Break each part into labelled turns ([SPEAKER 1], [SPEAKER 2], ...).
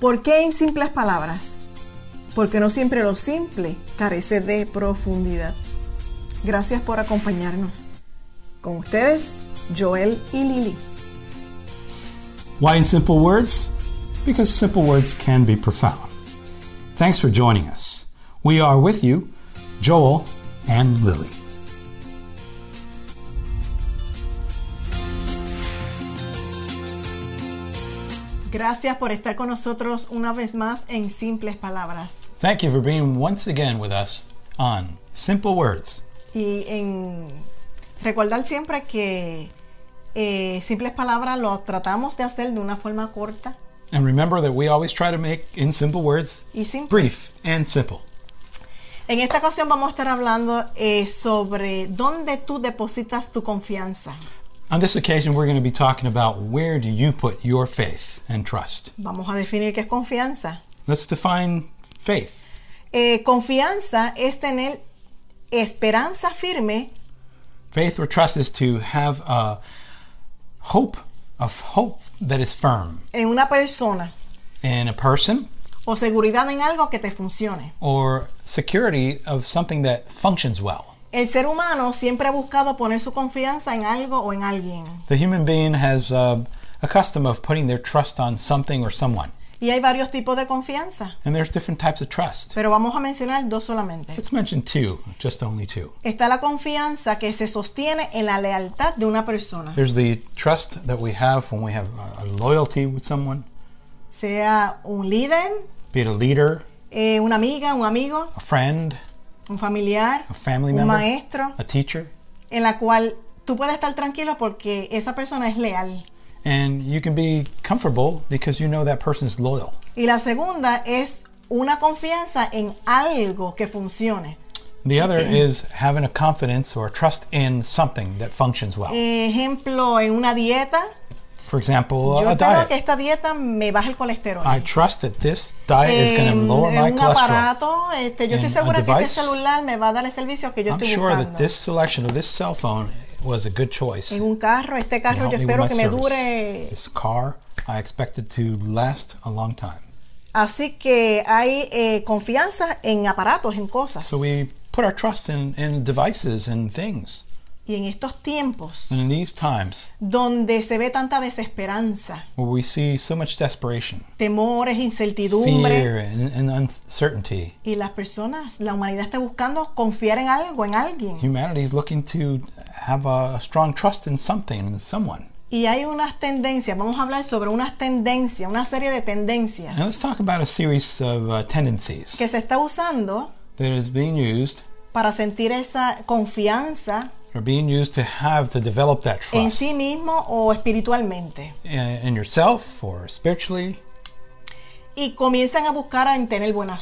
[SPEAKER 1] ¿Por qué en simples palabras? Porque no siempre lo simple carece de profundidad. Gracias por acompañarnos. Con ustedes, Joel y Lili.
[SPEAKER 2] Why in simple words? Because simple words can be profound. Thanks for joining us. We are with you, Joel and Lily.
[SPEAKER 1] Gracias por estar con nosotros una vez más en Simples Palabras.
[SPEAKER 2] Thank you for being once again with us on Simple Words.
[SPEAKER 1] Y en recordar siempre que eh, Simples Palabras lo tratamos de hacer de una forma corta
[SPEAKER 2] And remember that we always try to make, in simple words,
[SPEAKER 1] y simple.
[SPEAKER 2] brief and simple.
[SPEAKER 1] En esta ocasión vamos a estar hablando eh, sobre dónde tú depositas tu confianza.
[SPEAKER 2] On this occasion, we're going to be talking about where do you put your faith and trust.
[SPEAKER 1] Vamos a definir qué es confianza.
[SPEAKER 2] Let's define faith.
[SPEAKER 1] Eh, confianza es tener esperanza firme
[SPEAKER 2] Faith or trust is to have a hope, a f- hope that is firm
[SPEAKER 1] en una persona
[SPEAKER 2] in a person
[SPEAKER 1] o seguridad en algo que te funcione.
[SPEAKER 2] or security of something that functions well.
[SPEAKER 1] El ser humano siempre ha buscado poner su confianza en algo o en alguien.
[SPEAKER 2] The human being has uh, a custom of putting their trust on something or someone,
[SPEAKER 1] Y hay varios tipos de confianza,
[SPEAKER 2] and there's different types of trust.
[SPEAKER 1] pero vamos a mencionar dos solamente.
[SPEAKER 2] Let's mention two, just only two.
[SPEAKER 1] Está la confianza que se sostiene en la lealtad de una persona,
[SPEAKER 2] There's the trust that we have when we have a a loyalty with someone,
[SPEAKER 1] sea un líder,
[SPEAKER 2] be it a leader,
[SPEAKER 1] eh, una amiga, un amigo,
[SPEAKER 2] a friend,
[SPEAKER 1] un familiar,
[SPEAKER 2] a family
[SPEAKER 1] un
[SPEAKER 2] member,
[SPEAKER 1] maestro,
[SPEAKER 2] a teacher,
[SPEAKER 1] en la cual tú puedes estar tranquilo porque esa persona es leal.
[SPEAKER 2] and you can be comfortable because you know that person is loyal.
[SPEAKER 1] Y la segunda es una confianza en algo que funcione.
[SPEAKER 2] The other is having a confidence or trust in something that functions
[SPEAKER 1] Mm.
[SPEAKER 2] well.
[SPEAKER 1] Ejemplo, en una dieta,
[SPEAKER 2] For example,
[SPEAKER 1] yo
[SPEAKER 2] a
[SPEAKER 1] espero que
[SPEAKER 2] diet.
[SPEAKER 1] esta dieta me baje el colesterol.
[SPEAKER 2] I trust that this diet is going to
[SPEAKER 1] en,
[SPEAKER 2] lower
[SPEAKER 1] en
[SPEAKER 2] my
[SPEAKER 1] un
[SPEAKER 2] cholesterol.
[SPEAKER 1] aparato, este, yo estoy
[SPEAKER 2] in a
[SPEAKER 1] segura que este
[SPEAKER 2] device.
[SPEAKER 1] celular me va a dar el servicio que yo
[SPEAKER 2] I'm
[SPEAKER 1] estoy
[SPEAKER 2] sure that
[SPEAKER 1] buscando.
[SPEAKER 2] this selection of this cell phone was a good choice.
[SPEAKER 1] en un carro, este
[SPEAKER 2] It
[SPEAKER 1] carro yo
[SPEAKER 2] helped me with my
[SPEAKER 1] espero que me
[SPEAKER 2] service.
[SPEAKER 1] dure.
[SPEAKER 2] This car, I expected to last a long time.
[SPEAKER 1] Así que hay eh, confianza en aparatos, en cosas.
[SPEAKER 2] So we put our trust in, in devices and things.
[SPEAKER 1] y en estos tiempos
[SPEAKER 2] And in these times
[SPEAKER 1] donde se ve tanta desesperanza,
[SPEAKER 2] where we see so much desperation,
[SPEAKER 1] temores, incertidumbre,
[SPEAKER 2] fear, and, and uncertainty,
[SPEAKER 1] y las personas, la humanidad está buscando confiar en algo, en alguien.
[SPEAKER 2] humanity is looking to have a, a strong trust in something, in someone.
[SPEAKER 1] Y hay unas tendencias, vamos a hablar sobre unas tendencias, una serie de tendencias
[SPEAKER 2] Now let's talk about a series of uh, tendencies
[SPEAKER 1] que se está usando
[SPEAKER 2] that is being used
[SPEAKER 1] para sentir esa confianza
[SPEAKER 2] or being used to have to develop that
[SPEAKER 1] en
[SPEAKER 2] trust
[SPEAKER 1] sí mismo o espiritualmente.
[SPEAKER 2] in, in yourself or spiritually,
[SPEAKER 1] Y comienzan a buscar en tener buena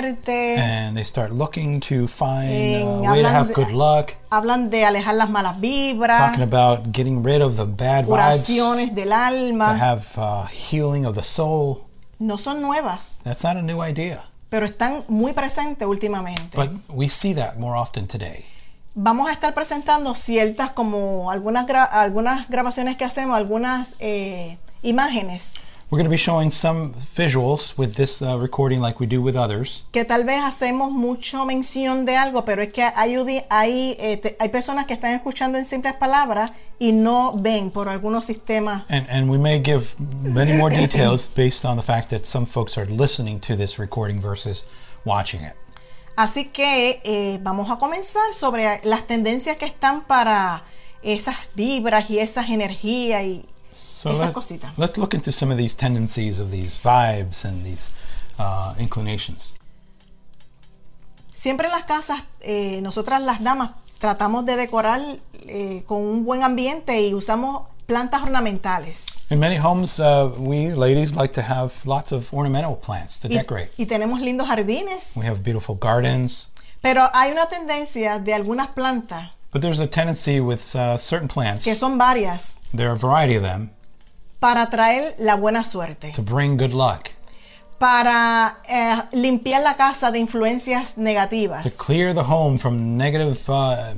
[SPEAKER 1] suerte,
[SPEAKER 2] and they start looking to find uh,
[SPEAKER 1] En
[SPEAKER 2] a way to have
[SPEAKER 1] hablan-
[SPEAKER 2] good luck.
[SPEAKER 1] hablan de alejar las malas vibras,
[SPEAKER 2] Talking about getting rid of the bad vibes.
[SPEAKER 1] oraciones del
[SPEAKER 2] to
[SPEAKER 1] alma.
[SPEAKER 2] have uh, healing of the soul.
[SPEAKER 1] No son nuevas,
[SPEAKER 2] That's not a new idea,
[SPEAKER 1] pero están muy presentes últimamente.
[SPEAKER 2] but we see that more often today.
[SPEAKER 1] Vamos a estar presentando ciertas, como algunas, gra- algunas grabaciones que hacemos, algunas eh, imágenes
[SPEAKER 2] We're going to be showing some visuals with this uh, recording, like we do with others.
[SPEAKER 1] que tal vez hacemos mucho mención de algo, pero es que hay, audi- hay, eh, te- hay personas que están escuchando en simples palabras y no ven por algunos sistemas.
[SPEAKER 2] And, and we may give many more details based on the fact that some folks are listening to this recording versus watching it.
[SPEAKER 1] Así que eh, vamos a comenzar sobre las tendencias que están para esas vibras y esas energías y
[SPEAKER 2] So
[SPEAKER 1] Esas
[SPEAKER 2] let,
[SPEAKER 1] cositas.
[SPEAKER 2] us look into some of these tendencies of these vibes and these uh, inclinations.
[SPEAKER 1] Siempre en las casas, eh, nosotras las damas tratamos de decorar eh, con un buen ambiente y usamos plantas ornamentales.
[SPEAKER 2] In many homes, uh, we ladies like to have lots of ornamental plants to
[SPEAKER 1] Y,
[SPEAKER 2] decorate.
[SPEAKER 1] y tenemos lindos jardines.
[SPEAKER 2] We have beautiful gardens.
[SPEAKER 1] Pero hay una tendencia de algunas plantas,
[SPEAKER 2] But there's a tendency with uh, certain plants,
[SPEAKER 1] que son varias,
[SPEAKER 2] there are a variety of them,
[SPEAKER 1] para traer la buena suerte,
[SPEAKER 2] to bring good luck,
[SPEAKER 1] para eh, limpiar la casa de influencias
[SPEAKER 2] to
[SPEAKER 1] negativas,
[SPEAKER 2] clear the home from negative uh,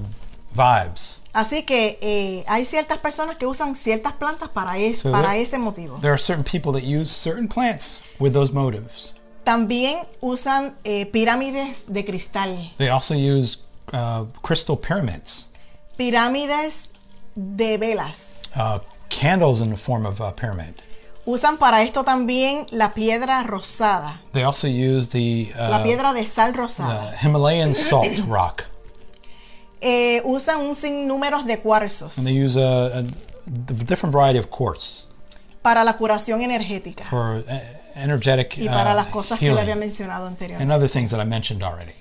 [SPEAKER 2] vibes,
[SPEAKER 1] Así que eh, hay ciertas personas que usan ciertas plantas para, es-
[SPEAKER 2] So
[SPEAKER 1] para
[SPEAKER 2] there-
[SPEAKER 1] ese motivo.
[SPEAKER 2] There are certain people that use certain plants with those motives.
[SPEAKER 1] También usan eh, pirámides de cristal,
[SPEAKER 2] They also use uh, crystal pyramids,
[SPEAKER 1] pirámides de velas.
[SPEAKER 2] uh, candles in the form of a pyramid.
[SPEAKER 1] Usan para esto también la piedra rosada,
[SPEAKER 2] They also use the,
[SPEAKER 1] la
[SPEAKER 2] uh,
[SPEAKER 1] piedra de sal rosada.
[SPEAKER 2] the Himalayan salt rock.
[SPEAKER 1] Eh, usan un sinnúmero de cuarzos
[SPEAKER 2] And they use a, a different variety of quartz
[SPEAKER 1] para la curación energética
[SPEAKER 2] for uh, energetic
[SPEAKER 1] y para
[SPEAKER 2] uh,
[SPEAKER 1] las cosas que le había
[SPEAKER 2] healing
[SPEAKER 1] mencionado anteriormente.
[SPEAKER 2] and other things that I mentioned already.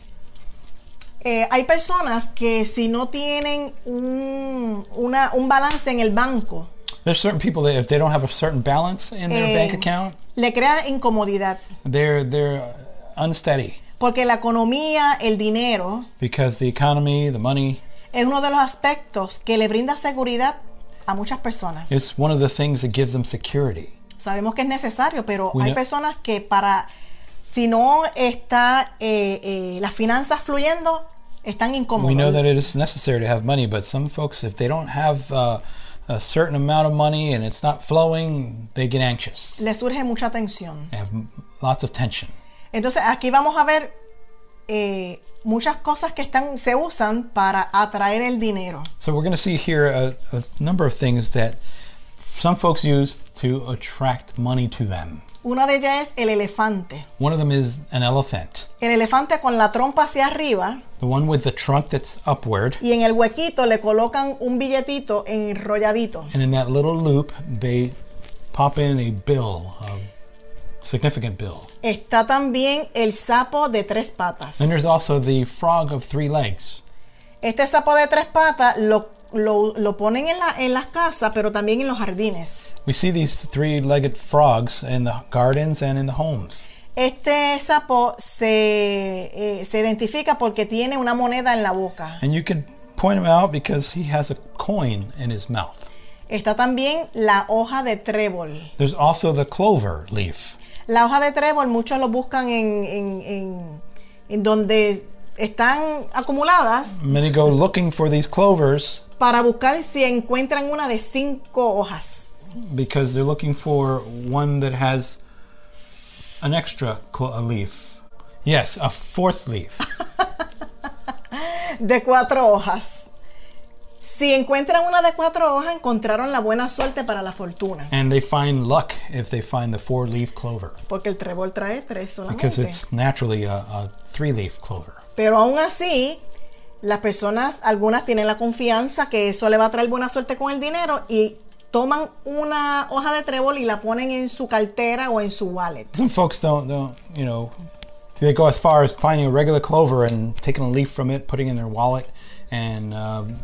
[SPEAKER 1] Eh, hay personas que si no tienen un, una- un balance en el banco,
[SPEAKER 2] There's certain people that if they don't have a certain balance in their
[SPEAKER 1] eh,
[SPEAKER 2] bank account,
[SPEAKER 1] le crea incomodidad,
[SPEAKER 2] they're they're unsteady
[SPEAKER 1] porque la economía, el dinero,
[SPEAKER 2] because the economy, the money,
[SPEAKER 1] es uno de los aspectos que le brinda seguridad a muchas personas.
[SPEAKER 2] it's one of the things that gives them security.
[SPEAKER 1] Sabemos que es necesario, pero
[SPEAKER 2] We
[SPEAKER 1] hay
[SPEAKER 2] know-
[SPEAKER 1] personas que para, si no está eh, eh, las finanzas fluyendo, están
[SPEAKER 2] We know
[SPEAKER 1] incómodos.
[SPEAKER 2] that it is necessary to have money, but some folks, if they don't have uh, a certain amount of money and it's not flowing, they get anxious.
[SPEAKER 1] Le surge mucha tensión.
[SPEAKER 2] They have lots of tension.
[SPEAKER 1] Entonces aquí vamos a ver eh, muchas cosas que están, se usan para atraer el dinero.
[SPEAKER 2] So we're going to see here a, a number of things that some folks use to attract money to them.
[SPEAKER 1] Una de ellas es el elefante.
[SPEAKER 2] One of them is an elephant,
[SPEAKER 1] El elefante con la trompa hacia arriba
[SPEAKER 2] the one with the trunk that's upward,
[SPEAKER 1] y en el huequito le colocan un billetito enrolladito.
[SPEAKER 2] and in that little loop they pop in a bill, a significant bill.
[SPEAKER 1] Está también el sapo de tres patas.
[SPEAKER 2] Then there's also the frog of three legs.
[SPEAKER 1] Este sapo de tres patas lo, lo- lo ponen en, la- en las casas, pero también en los jardines.
[SPEAKER 2] We see these three-legged frogs in the gardens and in the homes.
[SPEAKER 1] Este sapo se, eh, se identifica porque tiene una moneda en la boca.
[SPEAKER 2] And you can point him out because he has a coin in his mouth.
[SPEAKER 1] Está también la hoja de trébol.
[SPEAKER 2] There's also the clover leaf.
[SPEAKER 1] La hoja de trébol muchos lo buscan en, en- en- en donde están acumuladas
[SPEAKER 2] Many go looking for these clovers
[SPEAKER 1] para buscar si encuentran una de cinco hojas.
[SPEAKER 2] because they're looking for one that has an extra cl- a leaf. Yes, a fourth leaf.
[SPEAKER 1] De cuatro hojas. Si encuentran una de cuatro hojas, encontraron la buena suerte para la fortuna.
[SPEAKER 2] and they find luck if they find the four leaf clover
[SPEAKER 1] Porque el trébol trae tres
[SPEAKER 2] because
[SPEAKER 1] solamente.
[SPEAKER 2] it's naturally a, a three leaf clover.
[SPEAKER 1] Pero aún así, las personas, algunas tienen la confianza que eso le va a traer buena suerte con el dinero y toman una hoja de trébol y la ponen en su cartera o en su wallet.
[SPEAKER 2] Some folks don't, don't you know, they go as far as finding a regular clover and taking a leaf from it, putting it in their wallet, and um,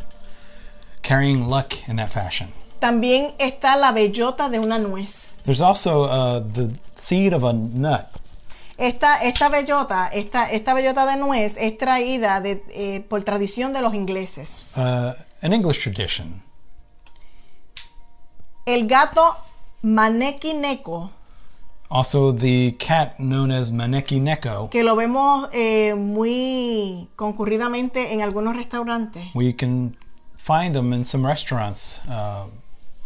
[SPEAKER 2] carrying luck in that fashion.
[SPEAKER 1] También está la bellota de una nuez.
[SPEAKER 2] There's also uh, the seed of a nut.
[SPEAKER 1] Esta, esta bellota, esta, esta bellota de nuez es traída de, eh, por tradición de los ingleses.
[SPEAKER 2] uh, an English tradition.
[SPEAKER 1] El gato manequineco,
[SPEAKER 2] Also, the cat known as Maneki Neko,
[SPEAKER 1] que lo vemos eh, muy concurridamente en algunos restaurantes,
[SPEAKER 2] we can find them in some restaurants. Uh,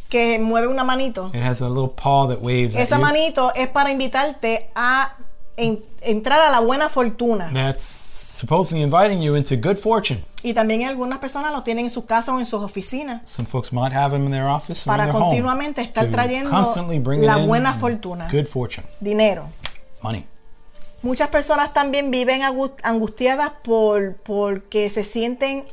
[SPEAKER 1] que mueve una manito.
[SPEAKER 2] it has a little paw that waves. At
[SPEAKER 1] Esa
[SPEAKER 2] you.
[SPEAKER 1] manito es para invitarte a en- entrar a la buena fortuna.
[SPEAKER 2] That's supposedly inviting you into good fortune.
[SPEAKER 1] Y también algunas personas lo tienen en sus casas o en sus oficinas
[SPEAKER 2] Some folks might have them in their office or in
[SPEAKER 1] para
[SPEAKER 2] their home
[SPEAKER 1] continuamente estar
[SPEAKER 2] to
[SPEAKER 1] trayendo
[SPEAKER 2] constantly bring
[SPEAKER 1] la
[SPEAKER 2] in
[SPEAKER 1] buena fortuna,
[SPEAKER 2] good fortune,
[SPEAKER 1] dinero.
[SPEAKER 2] money.
[SPEAKER 1] Muchas personas también viven agu- angustiadas por porque se sienten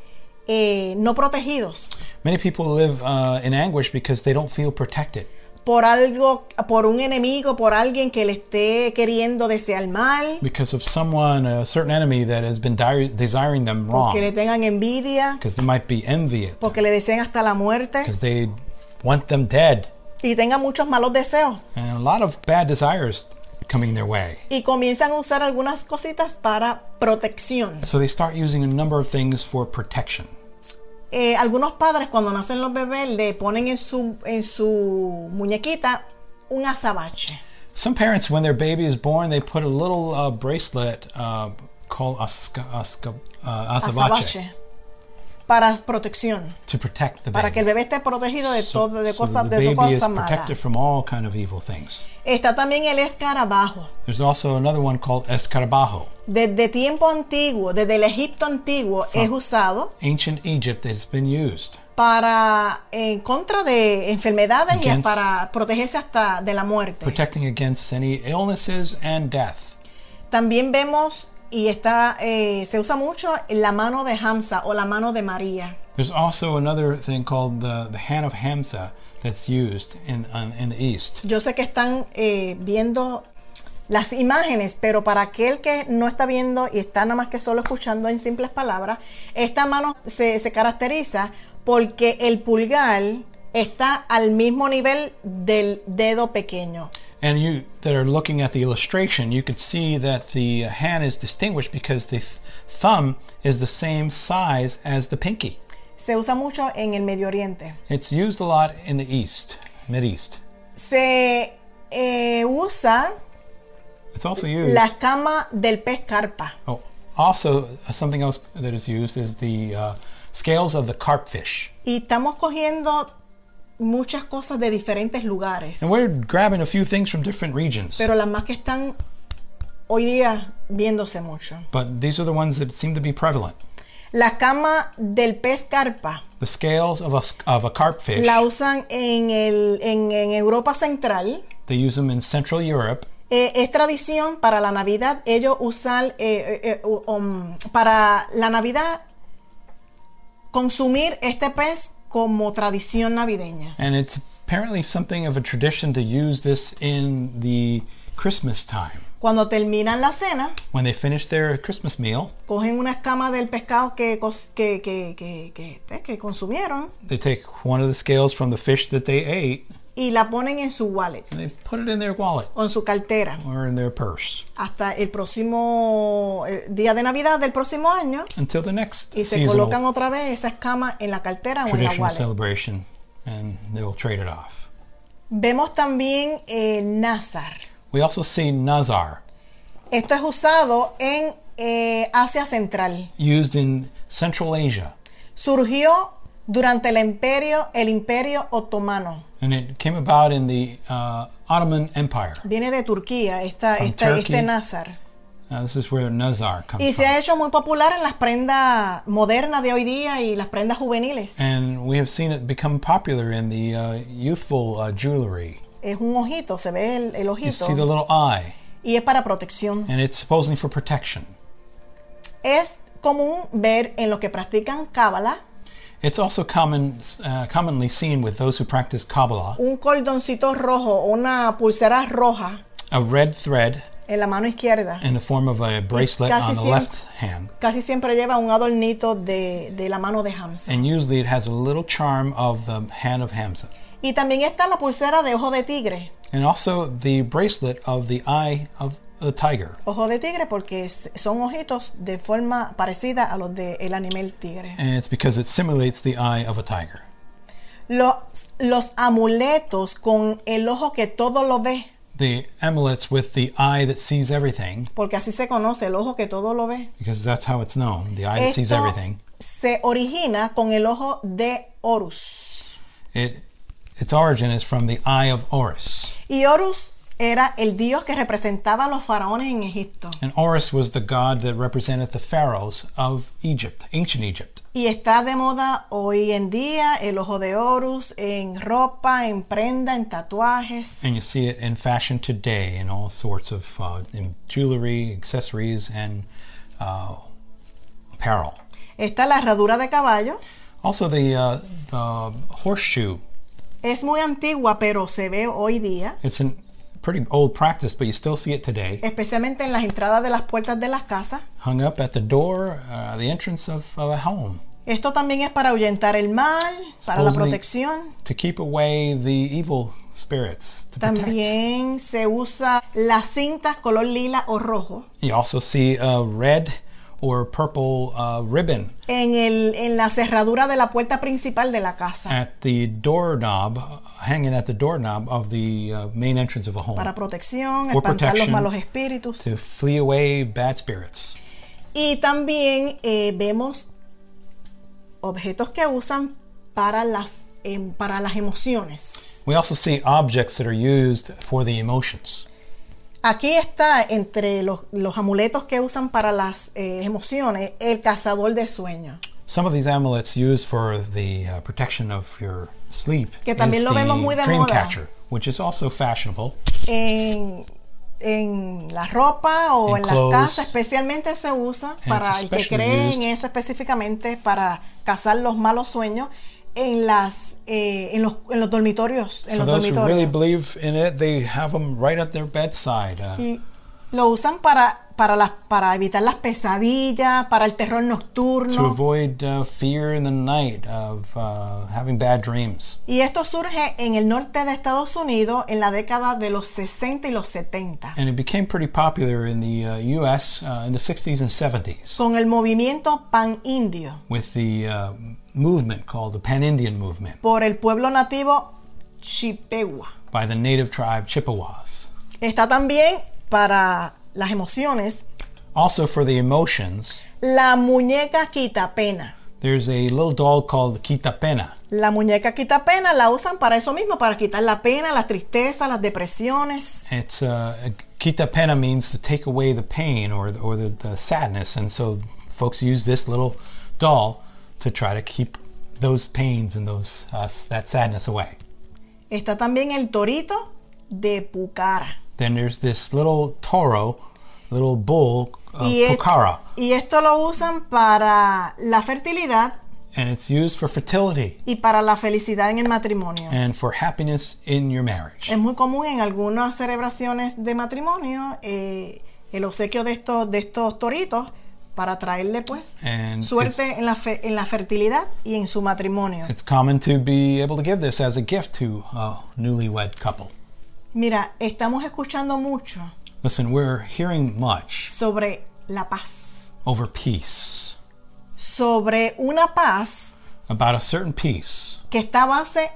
[SPEAKER 1] eh, no protegidos
[SPEAKER 2] Many people live uh, in anguish because they don't feel protected.
[SPEAKER 1] por algo, por un enemigo, por alguien que le esté queriendo desear mal,
[SPEAKER 2] Because of someone, a certain enemy that has been dire- desiring them
[SPEAKER 1] que le
[SPEAKER 2] wrong.
[SPEAKER 1] tengan envidia,
[SPEAKER 2] Because there might be envy at
[SPEAKER 1] porque le deseen hasta la muerte
[SPEAKER 2] because they want them dead
[SPEAKER 1] y tengan muchos malos deseos.
[SPEAKER 2] and a lot of bad desires coming their way
[SPEAKER 1] y comienzan a usar algunas cositas para protección.
[SPEAKER 2] so they start using a number of things for protection
[SPEAKER 1] Eh, algunos padres cuando nacen los bebés le ponen en su, en su muñequita un azabache.
[SPEAKER 2] some parents when their baby is born they put a little uh, bracelet uh, called a, sc- a, sc- uh, azabache.
[SPEAKER 1] Azabache. para protección,
[SPEAKER 2] to protect the
[SPEAKER 1] para que el
[SPEAKER 2] baby.
[SPEAKER 1] bebé esté protegido de
[SPEAKER 2] So,
[SPEAKER 1] todo de
[SPEAKER 2] so
[SPEAKER 1] cosas
[SPEAKER 2] the
[SPEAKER 1] de
[SPEAKER 2] baby is
[SPEAKER 1] cosa mala.
[SPEAKER 2] protected from all kind of evil things.
[SPEAKER 1] Está también el escarabajo.
[SPEAKER 2] There's also another one called escarabajo.
[SPEAKER 1] Desde tiempo antiguo, desde el Egipto antiguo, es usado
[SPEAKER 2] Ancient Egypt that has been used
[SPEAKER 1] para en contra de enfermedades y
[SPEAKER 2] Against-
[SPEAKER 1] para protegerse hasta de la muerte.
[SPEAKER 2] protecting against any illnesses and death.
[SPEAKER 1] También vemos y está eh, se usa mucho la mano de Hamza o la mano de María.
[SPEAKER 2] There's also another thing called the, the hand of Hamza that's used in on, in the East.
[SPEAKER 1] Yo sé que están eh, viendo las imágenes, pero para aquel que no está viendo y está nada más que solo escuchando en simples palabras, esta mano se, se caracteriza porque el pulgar está al mismo nivel del dedo pequeño.
[SPEAKER 2] And you that are looking at the illustration, you could see that the hand is distinguished because the th- thumb is the same size as the pinky.
[SPEAKER 1] Se usa mucho en el Medio Oriente.
[SPEAKER 2] It's used a lot in the East, Mid East.
[SPEAKER 1] Se eh, usa
[SPEAKER 2] It's also used.
[SPEAKER 1] la cama del pez carpa.
[SPEAKER 2] oh, also uh, something else that is used is the uh, scales of the carpfish.
[SPEAKER 1] Y estamos cogiendo muchas cosas de diferentes lugares.
[SPEAKER 2] And we're grabbing a few things from different regions,
[SPEAKER 1] pero las más que están hoy día viéndose mucho.
[SPEAKER 2] but these are the ones that seem to be prevalent.
[SPEAKER 1] La cama del pez carpa
[SPEAKER 2] The scales of a s- of a carpfish.
[SPEAKER 1] la usan en, el, en, en Europa Central.
[SPEAKER 2] They use them in Central Europe.
[SPEAKER 1] Eh, es tradición para la Navidad ellos usan eh, eh, eh, u- um, para la Navidad consumir este pez como tradición navideña.
[SPEAKER 2] And it's apparently something of a tradition to use this in the Christmas time.
[SPEAKER 1] Cuando terminan la cena,
[SPEAKER 2] When they finish their Christmas meal,
[SPEAKER 1] cogen unas camas del pescado que, cos- que, que, que, que, eh, que consumieron
[SPEAKER 2] they take one of the scales from the fish that they ate
[SPEAKER 1] y la ponen en su wallet
[SPEAKER 2] and they put it in their wallet
[SPEAKER 1] o en su cartera.
[SPEAKER 2] or in their purse
[SPEAKER 1] hasta el próximo eh, día de Navidad del próximo año
[SPEAKER 2] until the next
[SPEAKER 1] y se colocan
[SPEAKER 2] seasonal
[SPEAKER 1] otra vez esas camas en la cartera o en la
[SPEAKER 2] traditional
[SPEAKER 1] wallet.
[SPEAKER 2] celebration and they will trade it off.
[SPEAKER 1] Vemos también el Nazar.
[SPEAKER 2] We also see Nazar
[SPEAKER 1] Esto es usado en eh, Asia Central.
[SPEAKER 2] used in Central Asia
[SPEAKER 1] Surgió durante el imperio, el imperio otomano.
[SPEAKER 2] and it came about in the uh, Ottoman Empire.
[SPEAKER 1] Viene de Turquía esta,
[SPEAKER 2] From
[SPEAKER 1] esta- este
[SPEAKER 2] Turkey.
[SPEAKER 1] Nazar.
[SPEAKER 2] Now, this is where Nazar comes
[SPEAKER 1] Y
[SPEAKER 2] from.
[SPEAKER 1] se ha hecho muy popular en las prendas modernas de hoy día y las prendas juveniles.
[SPEAKER 2] And we have seen it become popular in the uh, youthful uh, jewelry.
[SPEAKER 1] Es un ojito, se ve el, el
[SPEAKER 2] You
[SPEAKER 1] ojito.
[SPEAKER 2] see the little eye,
[SPEAKER 1] Y es para protección.
[SPEAKER 2] and it's supposedly for protection.
[SPEAKER 1] Es común ver en los que practican cábala
[SPEAKER 2] It's also common, uh, commonly seen with those who practice Kabbalah,
[SPEAKER 1] un cordoncito rojo o una pulsera roja
[SPEAKER 2] a red thread
[SPEAKER 1] en la mano izquierda.
[SPEAKER 2] in the form of a bracelet
[SPEAKER 1] casi
[SPEAKER 2] on the
[SPEAKER 1] siempre-
[SPEAKER 2] left hand.
[SPEAKER 1] Casi siempre lleva un adornito de, de la mano de Hamza.
[SPEAKER 2] And usually it has a little charm of the hand of Hamza.
[SPEAKER 1] Y también está la pulsera de ojo de tigre.
[SPEAKER 2] And also the bracelet of the eye of the tiger.
[SPEAKER 1] Ojo de tigre porque es- son ojitos de forma parecida a los del animal tigre.
[SPEAKER 2] And it's because it simulates the eye of a tiger.
[SPEAKER 1] Los, los amuletos con el ojo que todo lo ve,
[SPEAKER 2] The amulets with the eye that sees everything,
[SPEAKER 1] porque así se conoce, el ojo que todo lo ve.
[SPEAKER 2] because that's how it's known, the eye that sees
[SPEAKER 1] Esto
[SPEAKER 2] everything.
[SPEAKER 1] se origina con el ojo de Horus.
[SPEAKER 2] It its origin is from the Eye of Horus,
[SPEAKER 1] Y Horus era el dios que representaba a los faraones en Egipto.
[SPEAKER 2] and Horus was the god that represented the pharaohs of Egypt, ancient Egypt.
[SPEAKER 1] Y está de moda hoy en día el ojo de Horus en ropa, en prenda, en tatuajes.
[SPEAKER 2] And you see it in fashion today in all sorts of uh, in jewelry, accessories, and uh, apparel.
[SPEAKER 1] Está la herradura de caballo.
[SPEAKER 2] Also, the uh, the horseshoe.
[SPEAKER 1] Es muy antigua, pero se ve hoy día,
[SPEAKER 2] It's a pretty old practice, but you still see it today,
[SPEAKER 1] especialmente en las entradas de las puertas de las casas.
[SPEAKER 2] hung up at the door, uh, the entrance of, of a home,
[SPEAKER 1] Esto también es para ahuyentar el mal, para la
[SPEAKER 2] Supposedly-
[SPEAKER 1] protección.
[SPEAKER 2] to keep away the evil spirits. To protect.
[SPEAKER 1] También se usa las cintas color lila o rojo
[SPEAKER 2] You also see a red or purple uh, ribbon
[SPEAKER 1] en, el, en la cerradura de la puerta principal de la casa.
[SPEAKER 2] at the doorknob, uh, hanging at the doorknob of the uh, main entrance of a home
[SPEAKER 1] para protección,
[SPEAKER 2] For
[SPEAKER 1] espantar los
[SPEAKER 2] protection.
[SPEAKER 1] malos espíritus.
[SPEAKER 2] to flee away bad spirits.
[SPEAKER 1] Y también eh, vemos objetos que usan para las, em, para las emociones.
[SPEAKER 2] We also see objects that are used for the emotions.
[SPEAKER 1] Aquí está entre los, los amuletos que usan para las eh, emociones el cazador de sueños,
[SPEAKER 2] Some of these amulets used for the uh, protection of your sleep
[SPEAKER 1] Que también
[SPEAKER 2] is
[SPEAKER 1] lo vemos
[SPEAKER 2] the
[SPEAKER 1] muy de
[SPEAKER 2] dream
[SPEAKER 1] moda.
[SPEAKER 2] catcher, which is also fashionable.
[SPEAKER 1] en, en la ropa o
[SPEAKER 2] En
[SPEAKER 1] en,
[SPEAKER 2] clothes.
[SPEAKER 1] las casas, especialmente se usa para el que
[SPEAKER 2] especially
[SPEAKER 1] cree en
[SPEAKER 2] used.
[SPEAKER 1] eso específicamente para cazar los malos sueños en las eh, en, los, en los dormitorios, en los
[SPEAKER 2] For those who really
[SPEAKER 1] dormitorios.
[SPEAKER 2] believe in it, they have them right at their bedside. Uh,
[SPEAKER 1] Y lo usan para para las para evitar las pesadillas, para el terror
[SPEAKER 2] to
[SPEAKER 1] nocturno.
[SPEAKER 2] avoid uh, fear in the night of uh, having bad dreams.
[SPEAKER 1] Y esto surge en el norte de Estados Unidos en la década de los 60 y los 70,
[SPEAKER 2] And it became pretty popular in the uh, U.S. Uh, in the 60s and 70s
[SPEAKER 1] con el movimiento pan indio
[SPEAKER 2] with the uh, movement called the Pan Indian Movement
[SPEAKER 1] por el pueblo nativo Chippewa.
[SPEAKER 2] by the native tribe Chippewas.
[SPEAKER 1] Está también para las emociones
[SPEAKER 2] Also, for the emotions,
[SPEAKER 1] la muñeca quita pena.
[SPEAKER 2] there's a little doll called Kitapena.
[SPEAKER 1] La muñeca quita pena la usan para eso mismo, para quitar la pena, la tristeza, las depresiones.
[SPEAKER 2] It's uh, Kitapena means to take away the pain or, or the, the sadness, and so folks use this little doll to try to keep those pains and those uh, that sadness away.
[SPEAKER 1] Está también el torito de Pucara.
[SPEAKER 2] Then there's this little toro, little bull of
[SPEAKER 1] y, es-
[SPEAKER 2] Pokhara,
[SPEAKER 1] y esto lo usan para la fertilidad
[SPEAKER 2] and it's used for fertility
[SPEAKER 1] y para la felicidad en el matrimonio.
[SPEAKER 2] and for happiness in your marriage.
[SPEAKER 1] Es muy común en algunas celebraciones de matrimonio eh, el obsequio de estos, de estos toritos para traerle pues
[SPEAKER 2] And
[SPEAKER 1] suerte
[SPEAKER 2] it's-
[SPEAKER 1] en la, fe- en la fertilidad y en su matrimonio.
[SPEAKER 2] It's common to be able to give this as a gift to a newlywed couple.
[SPEAKER 1] Mira, estamos escuchando mucho
[SPEAKER 2] Listen, we're hearing much
[SPEAKER 1] sobre la paz,
[SPEAKER 2] over peace,
[SPEAKER 1] sobre una paz
[SPEAKER 2] about a certain peace
[SPEAKER 1] que está a base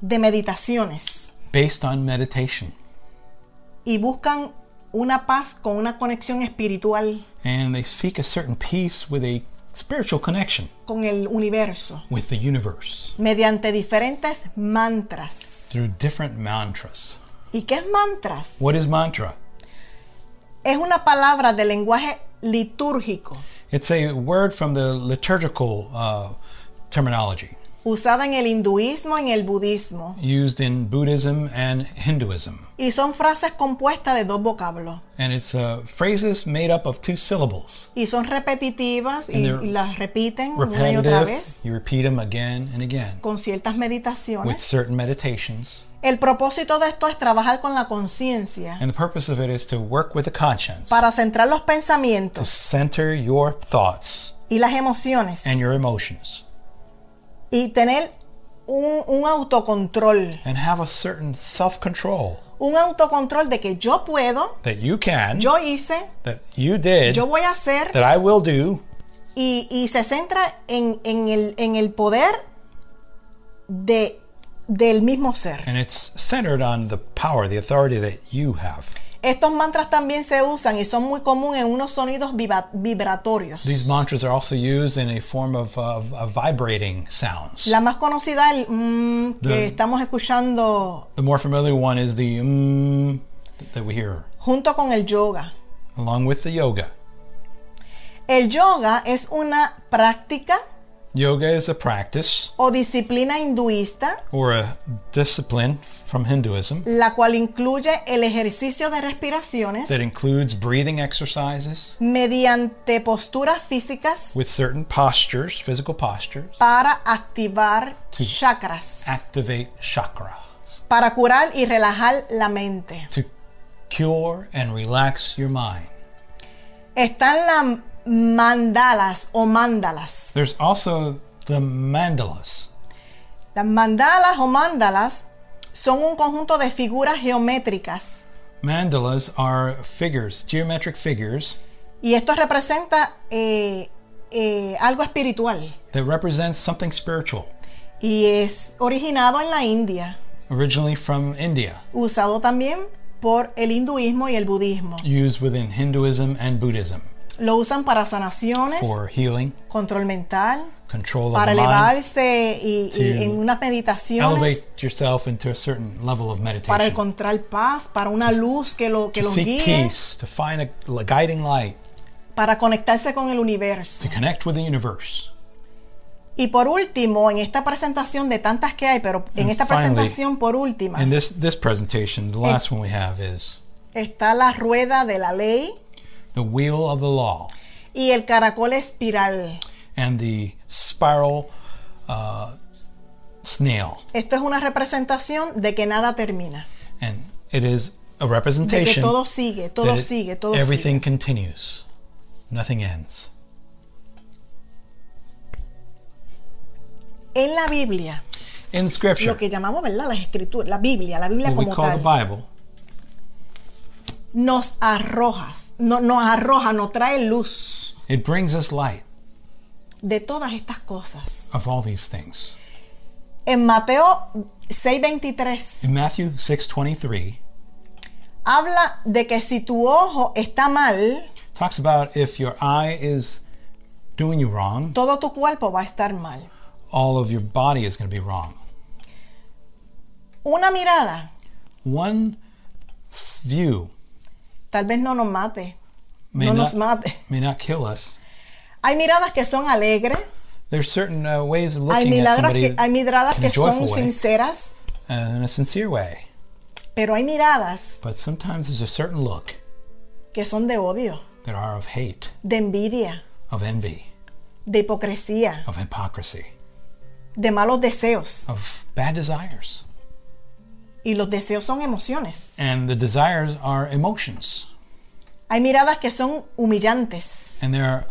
[SPEAKER 1] de meditaciones
[SPEAKER 2] based on meditation.
[SPEAKER 1] y buscan una paz con una conexión espiritual
[SPEAKER 2] And they seek a certain peace with a spiritual connection
[SPEAKER 1] con el universo
[SPEAKER 2] with the universe
[SPEAKER 1] mediante diferentes mantras.
[SPEAKER 2] through different mantras.
[SPEAKER 1] ¿Y qué es mantras?
[SPEAKER 2] What is mantra?
[SPEAKER 1] Es una palabra del lenguaje litúrgico
[SPEAKER 2] It's a word from the liturgical uh, terminology
[SPEAKER 1] usada en el hinduismo, en el budismo,
[SPEAKER 2] used in Buddhism and Hinduism.
[SPEAKER 1] y son frases compuestas de dos vocablos.
[SPEAKER 2] And it's uh, phrases made up of two syllables.
[SPEAKER 1] y son repetitivas y,
[SPEAKER 2] And they're
[SPEAKER 1] y las repiten una y otra
[SPEAKER 2] Repetitive,
[SPEAKER 1] vez
[SPEAKER 2] you repeat them again and again
[SPEAKER 1] con ciertas
[SPEAKER 2] with
[SPEAKER 1] meditaciones.
[SPEAKER 2] certain meditations.
[SPEAKER 1] El propósito de esto es trabajar con la conciencia
[SPEAKER 2] And the purpose of it is to work with the conscience,
[SPEAKER 1] para centrar los
[SPEAKER 2] to
[SPEAKER 1] pensamientos
[SPEAKER 2] center your thoughts
[SPEAKER 1] y las emociones
[SPEAKER 2] and your emotions,
[SPEAKER 1] y tener un, un autocontrol,
[SPEAKER 2] and have a certain self control
[SPEAKER 1] un autocontrol de que yo puedo,
[SPEAKER 2] that you can,
[SPEAKER 1] yo hice,
[SPEAKER 2] that you did,
[SPEAKER 1] yo voy a hacer
[SPEAKER 2] that I will do,
[SPEAKER 1] y, y se centra en, en el, en el poder de, del mismo ser.
[SPEAKER 2] and it's centered on the power, the authority that you have.
[SPEAKER 1] Estos mantras también se usan y son muy comunes en unos sonidos viva- vibratorios.
[SPEAKER 2] These mantras are also used in a form of, of, of vibrating sounds.
[SPEAKER 1] La más conocida el mm, que
[SPEAKER 2] The-
[SPEAKER 1] estamos escuchando
[SPEAKER 2] The more familiar one is the mm that we hear
[SPEAKER 1] junto con el yoga.
[SPEAKER 2] along with the yoga.
[SPEAKER 1] El yoga es una práctica
[SPEAKER 2] Yoga is a practice
[SPEAKER 1] o disciplina hinduista,
[SPEAKER 2] or a discipline from Hinduism
[SPEAKER 1] la cual incluye el ejercicio de respiraciones
[SPEAKER 2] that includes breathing exercises
[SPEAKER 1] mediante posturas físicas
[SPEAKER 2] with certain postures, physical postures,
[SPEAKER 1] para activar
[SPEAKER 2] To-
[SPEAKER 1] chakras,
[SPEAKER 2] activate chakras
[SPEAKER 1] para curar y relajar la mente.
[SPEAKER 2] to cure and relax your mind.
[SPEAKER 1] Están las mandalas o mandalas.
[SPEAKER 2] There's also the mandalas.
[SPEAKER 1] Las mandalas o mandalas son un conjunto de figuras geométricas
[SPEAKER 2] Mandalas are figures, geometric figures
[SPEAKER 1] y esto representa eh, eh, algo espiritual
[SPEAKER 2] that represents something spiritual,
[SPEAKER 1] y es originado en la India,
[SPEAKER 2] originally from India,
[SPEAKER 1] usado también por el hinduismo y el budismo.
[SPEAKER 2] used within Hinduism and Buddhism.
[SPEAKER 1] Lo usan para sanaciones,
[SPEAKER 2] for healing,
[SPEAKER 1] control mental,
[SPEAKER 2] control
[SPEAKER 1] para
[SPEAKER 2] of the mind,
[SPEAKER 1] elevarse y, y
[SPEAKER 2] to
[SPEAKER 1] en unas meditaciones,
[SPEAKER 2] elevate yourself into a certain level of
[SPEAKER 1] para
[SPEAKER 2] meditation,
[SPEAKER 1] encontrar paz, para una luz que, lo, que
[SPEAKER 2] to
[SPEAKER 1] los
[SPEAKER 2] seek
[SPEAKER 1] guíe,
[SPEAKER 2] peace, to find a a guiding light,
[SPEAKER 1] para conectarse con el universo.
[SPEAKER 2] to connect with the universe.
[SPEAKER 1] Y por último, en esta presentación de tantas que hay, pero en
[SPEAKER 2] And
[SPEAKER 1] esta
[SPEAKER 2] finally,
[SPEAKER 1] presentación por última
[SPEAKER 2] And this this presentation, the last one we have is
[SPEAKER 1] está la rueda de la ley
[SPEAKER 2] the wheel of the law
[SPEAKER 1] y el caracol espiral.
[SPEAKER 2] and the spiral uh, snail,
[SPEAKER 1] Esto es una representación de que nada termina,
[SPEAKER 2] and it is a
[SPEAKER 1] de que
[SPEAKER 2] representation
[SPEAKER 1] todo sigue,
[SPEAKER 2] that
[SPEAKER 1] todo
[SPEAKER 2] it-
[SPEAKER 1] sigue, todo sigue.
[SPEAKER 2] everything continues, nothing ends.
[SPEAKER 1] En la Biblia,
[SPEAKER 2] In Scripture,
[SPEAKER 1] lo que llamamos, ¿verdad? Las escrituras, la Biblia, la Biblia
[SPEAKER 2] what we
[SPEAKER 1] como
[SPEAKER 2] call the
[SPEAKER 1] tal,
[SPEAKER 2] Bible,
[SPEAKER 1] nos arrojas, no, nos arroja, nos trae luz
[SPEAKER 2] it brings us light
[SPEAKER 1] de todas estas cosas.
[SPEAKER 2] of all these things.
[SPEAKER 1] En Mateo 6:23
[SPEAKER 2] In Matthew 6:23
[SPEAKER 1] habla de que si tu ojo está mal,
[SPEAKER 2] talks about if your eye is doing you wrong,
[SPEAKER 1] todo tu cuerpo va a estar mal.
[SPEAKER 2] all of your body is going to be wrong.
[SPEAKER 1] Una mirada
[SPEAKER 2] One s- view
[SPEAKER 1] tal vez no nos mate,
[SPEAKER 2] may
[SPEAKER 1] no
[SPEAKER 2] not
[SPEAKER 1] nos mate.
[SPEAKER 2] may not kill us.
[SPEAKER 1] Hay miradas que son alegres,
[SPEAKER 2] There's certain uh, ways of
[SPEAKER 1] hay
[SPEAKER 2] looking at
[SPEAKER 1] miradas
[SPEAKER 2] somebody
[SPEAKER 1] que, hay miradas
[SPEAKER 2] in
[SPEAKER 1] que
[SPEAKER 2] a joyful
[SPEAKER 1] son
[SPEAKER 2] way,
[SPEAKER 1] sinceras,
[SPEAKER 2] uh, in a sincere way,
[SPEAKER 1] pero hay miradas
[SPEAKER 2] but sometimes there's a certain look
[SPEAKER 1] que son de odio,
[SPEAKER 2] that are of hate,
[SPEAKER 1] de envidia,
[SPEAKER 2] of envy,
[SPEAKER 1] de hipocresía,
[SPEAKER 2] of hypocrisy,
[SPEAKER 1] de malos deseos.
[SPEAKER 2] of bad desires.
[SPEAKER 1] Y los deseos son emociones.
[SPEAKER 2] And the desires are emotions.
[SPEAKER 1] Hay miradas que son humillantes
[SPEAKER 2] And there are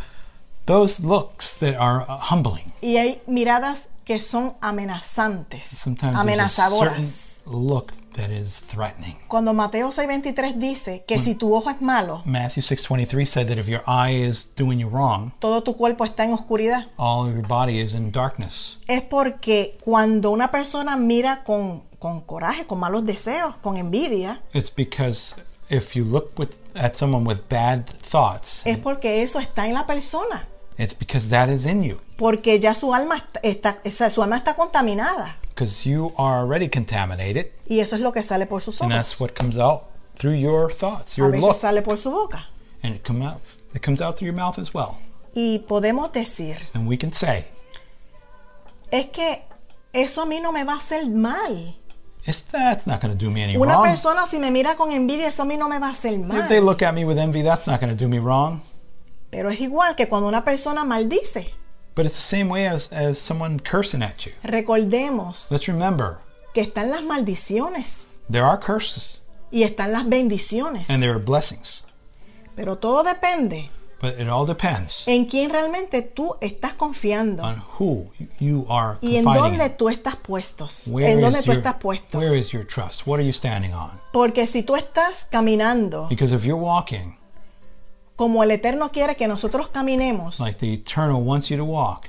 [SPEAKER 2] those looks that are uh, humbling.
[SPEAKER 1] y hay miradas que son amenazantes,
[SPEAKER 2] Sometimes
[SPEAKER 1] amenazadoras.
[SPEAKER 2] there's a certain look that is threatening.
[SPEAKER 1] Cuando Mateo 6:23 dice que si tu ojo es malo,
[SPEAKER 2] Matthew 6:23 said that if your eye is doing you wrong,
[SPEAKER 1] todo tu cuerpo está en oscuridad.
[SPEAKER 2] all of your body is in darkness.
[SPEAKER 1] Es porque cuando una persona mira con, con coraje, con malos deseos, con envidia,
[SPEAKER 2] It's because if you look with, at someone with bad thoughts,
[SPEAKER 1] es porque eso está en la persona,
[SPEAKER 2] it's because that is in you.
[SPEAKER 1] porque ya su alma está- está, o sea, su alma está contaminada
[SPEAKER 2] Because you are already contaminated,
[SPEAKER 1] y eso es lo que sale por sus
[SPEAKER 2] and that's
[SPEAKER 1] ojos.
[SPEAKER 2] what comes out through your thoughts,
[SPEAKER 1] A
[SPEAKER 2] your
[SPEAKER 1] veces
[SPEAKER 2] look,
[SPEAKER 1] sale por su boca.
[SPEAKER 2] and it comes out. It comes out through your mouth as well.
[SPEAKER 1] Y podemos decir,
[SPEAKER 2] And we can say,
[SPEAKER 1] es que eso a mí no me va a hacer mal.
[SPEAKER 2] It's that's not going to do me any
[SPEAKER 1] Una
[SPEAKER 2] wrong.
[SPEAKER 1] persona si me mira con envidia, eso a mí no me va a hacer
[SPEAKER 2] If they
[SPEAKER 1] mal.
[SPEAKER 2] look at me with envy, that's not going to do me wrong.
[SPEAKER 1] Pero es igual que cuando una persona maldice.
[SPEAKER 2] But it's the same way as, as someone cursing at you.
[SPEAKER 1] Recordemos
[SPEAKER 2] Let's remember,
[SPEAKER 1] que están las maldiciones
[SPEAKER 2] there are curses
[SPEAKER 1] y están las bendiciones.
[SPEAKER 2] and there are blessings.
[SPEAKER 1] Pero todo depende
[SPEAKER 2] But it all depends
[SPEAKER 1] en quién realmente tú estás confiando
[SPEAKER 2] on who you are
[SPEAKER 1] y en
[SPEAKER 2] confiding
[SPEAKER 1] dónde
[SPEAKER 2] in.
[SPEAKER 1] tú estás puestos.
[SPEAKER 2] Where
[SPEAKER 1] En dónde
[SPEAKER 2] is
[SPEAKER 1] tú
[SPEAKER 2] your-
[SPEAKER 1] estás puesto.
[SPEAKER 2] where is your trust? What are you standing on?
[SPEAKER 1] Porque si tú estás caminando
[SPEAKER 2] Because if you're walking
[SPEAKER 1] como el Eterno quiere que nosotros caminemos,
[SPEAKER 2] like the Eternal wants you to walk,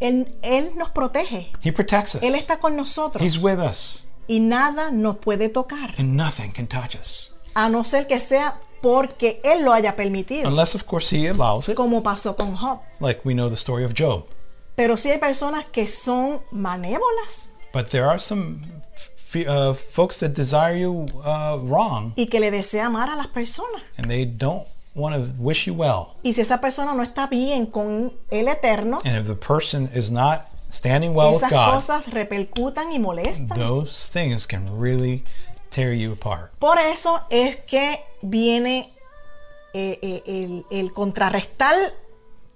[SPEAKER 1] Él, Él nos protege.
[SPEAKER 2] He protects us.
[SPEAKER 1] Él está con nosotros.
[SPEAKER 2] He's with us,
[SPEAKER 1] y nada nos puede tocar,
[SPEAKER 2] and nothing can touch us.
[SPEAKER 1] a no ser que sea porque Él lo haya permitido,
[SPEAKER 2] Unless, of course, He allows it,
[SPEAKER 1] como pasó con Job.
[SPEAKER 2] like we know the story of Job.
[SPEAKER 1] Pero sí hay personas que son manévolas
[SPEAKER 2] But there are some f- uh, folks that desire you uh, wrong,
[SPEAKER 1] y que le desea amar a las personas.
[SPEAKER 2] and they don't want to wish you well.
[SPEAKER 1] Y si esa persona no está bien con el Eterno,
[SPEAKER 2] And if the person is not standing well with
[SPEAKER 1] esas
[SPEAKER 2] God,
[SPEAKER 1] cosas repercutan y molestan.
[SPEAKER 2] those things can really tear you apart.
[SPEAKER 1] Por eso es que viene eh, eh, el, el contrarrestar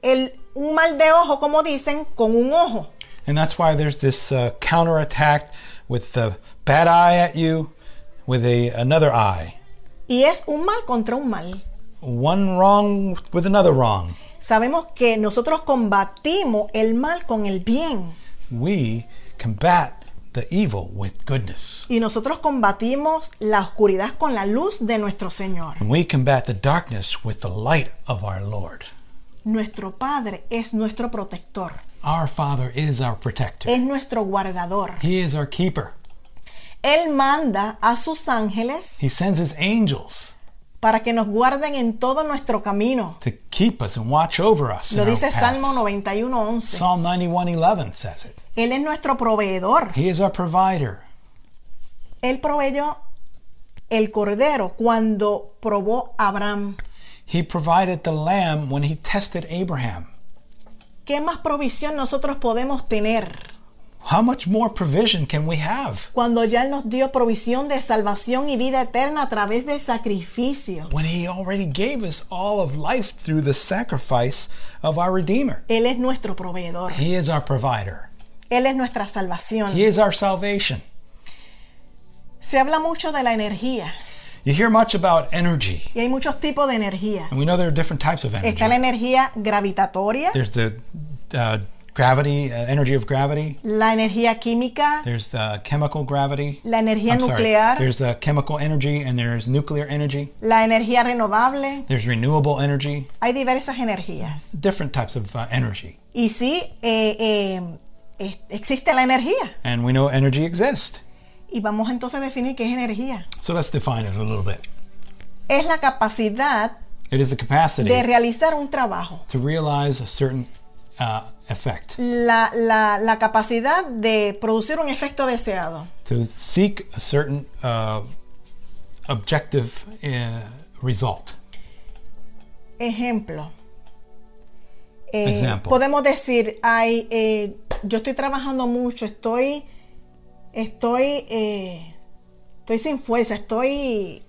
[SPEAKER 1] el, un mal de ojo, como dicen, con un ojo.
[SPEAKER 2] And that's why there's this uh, counterattack with the bad eye at you with a another eye.
[SPEAKER 1] Y es un mal contra un mal.
[SPEAKER 2] One wrong with another wrong.
[SPEAKER 1] Sabemos que nosotros combatimos el mal con el bien
[SPEAKER 2] We combat the evil with goodness.
[SPEAKER 1] y nosotros combatimos la oscuridad con la luz de nuestro Señor.
[SPEAKER 2] And we combat the darkness with the light of our Lord.
[SPEAKER 1] Nuestro Padre es nuestro protector,
[SPEAKER 2] Our Father is our protector.
[SPEAKER 1] es nuestro guardador.
[SPEAKER 2] He is our keeper.
[SPEAKER 1] Él manda a sus ángeles
[SPEAKER 2] He sends his angels
[SPEAKER 1] para que nos guarden en todo nuestro camino.
[SPEAKER 2] to keep us and watch over us.
[SPEAKER 1] Lo
[SPEAKER 2] in our
[SPEAKER 1] dice Salmo
[SPEAKER 2] paths.
[SPEAKER 1] 91:11.
[SPEAKER 2] Psalm 91:11 says it.
[SPEAKER 1] Él es nuestro proveedor.
[SPEAKER 2] He is our provider.
[SPEAKER 1] Él proveyó el cordero cuando probó a Abraham.
[SPEAKER 2] He provided the lamb when he tested Abraham.
[SPEAKER 1] ¿Qué más provisión nosotros podemos tener
[SPEAKER 2] How much more provision can we have
[SPEAKER 1] cuando ya Él nos dio provisión de salvación y vida eterna a través del sacrificio?
[SPEAKER 2] when he already gave us all of life through the sacrifice of our redeemer?
[SPEAKER 1] Él es nuestro proveedor.
[SPEAKER 2] He is our provider.
[SPEAKER 1] Él es nuestra salvación.
[SPEAKER 2] He is our salvation.
[SPEAKER 1] Se habla mucho de la energía
[SPEAKER 2] You hear much about energy,
[SPEAKER 1] y hay muchos tipos de energía.
[SPEAKER 2] and we know there are different types of energy.
[SPEAKER 1] Está la energía gravitatoria,
[SPEAKER 2] There's the uh, gravity, uh, energy of gravity.
[SPEAKER 1] la energía química,
[SPEAKER 2] There's uh, chemical gravity.
[SPEAKER 1] la energía
[SPEAKER 2] I'm sorry.
[SPEAKER 1] nuclear,
[SPEAKER 2] There's uh, chemical energy and there's nuclear energy.
[SPEAKER 1] la energía renovable.
[SPEAKER 2] There's renewable energy.
[SPEAKER 1] Hay diversas energías.
[SPEAKER 2] Different types of uh, energy,
[SPEAKER 1] Y sí, eh, eh, es- existe la energía.
[SPEAKER 2] and we know energy exists.
[SPEAKER 1] Y vamos entonces a definir qué es energía.
[SPEAKER 2] So let's define it a little bit.
[SPEAKER 1] Es la capacidad
[SPEAKER 2] It is the capacity
[SPEAKER 1] de realizar un trabajo.
[SPEAKER 2] to realize a certain uh, effect,
[SPEAKER 1] La, la- la capacidad de producir un efecto deseado.
[SPEAKER 2] to seek a certain uh, objective uh, result.
[SPEAKER 1] Ejemplo. Eh,
[SPEAKER 2] Example.
[SPEAKER 1] podemos decir, ay, eh, yo estoy trabajando mucho, estoy, estoy, eh, estoy sin fuerza, estoy,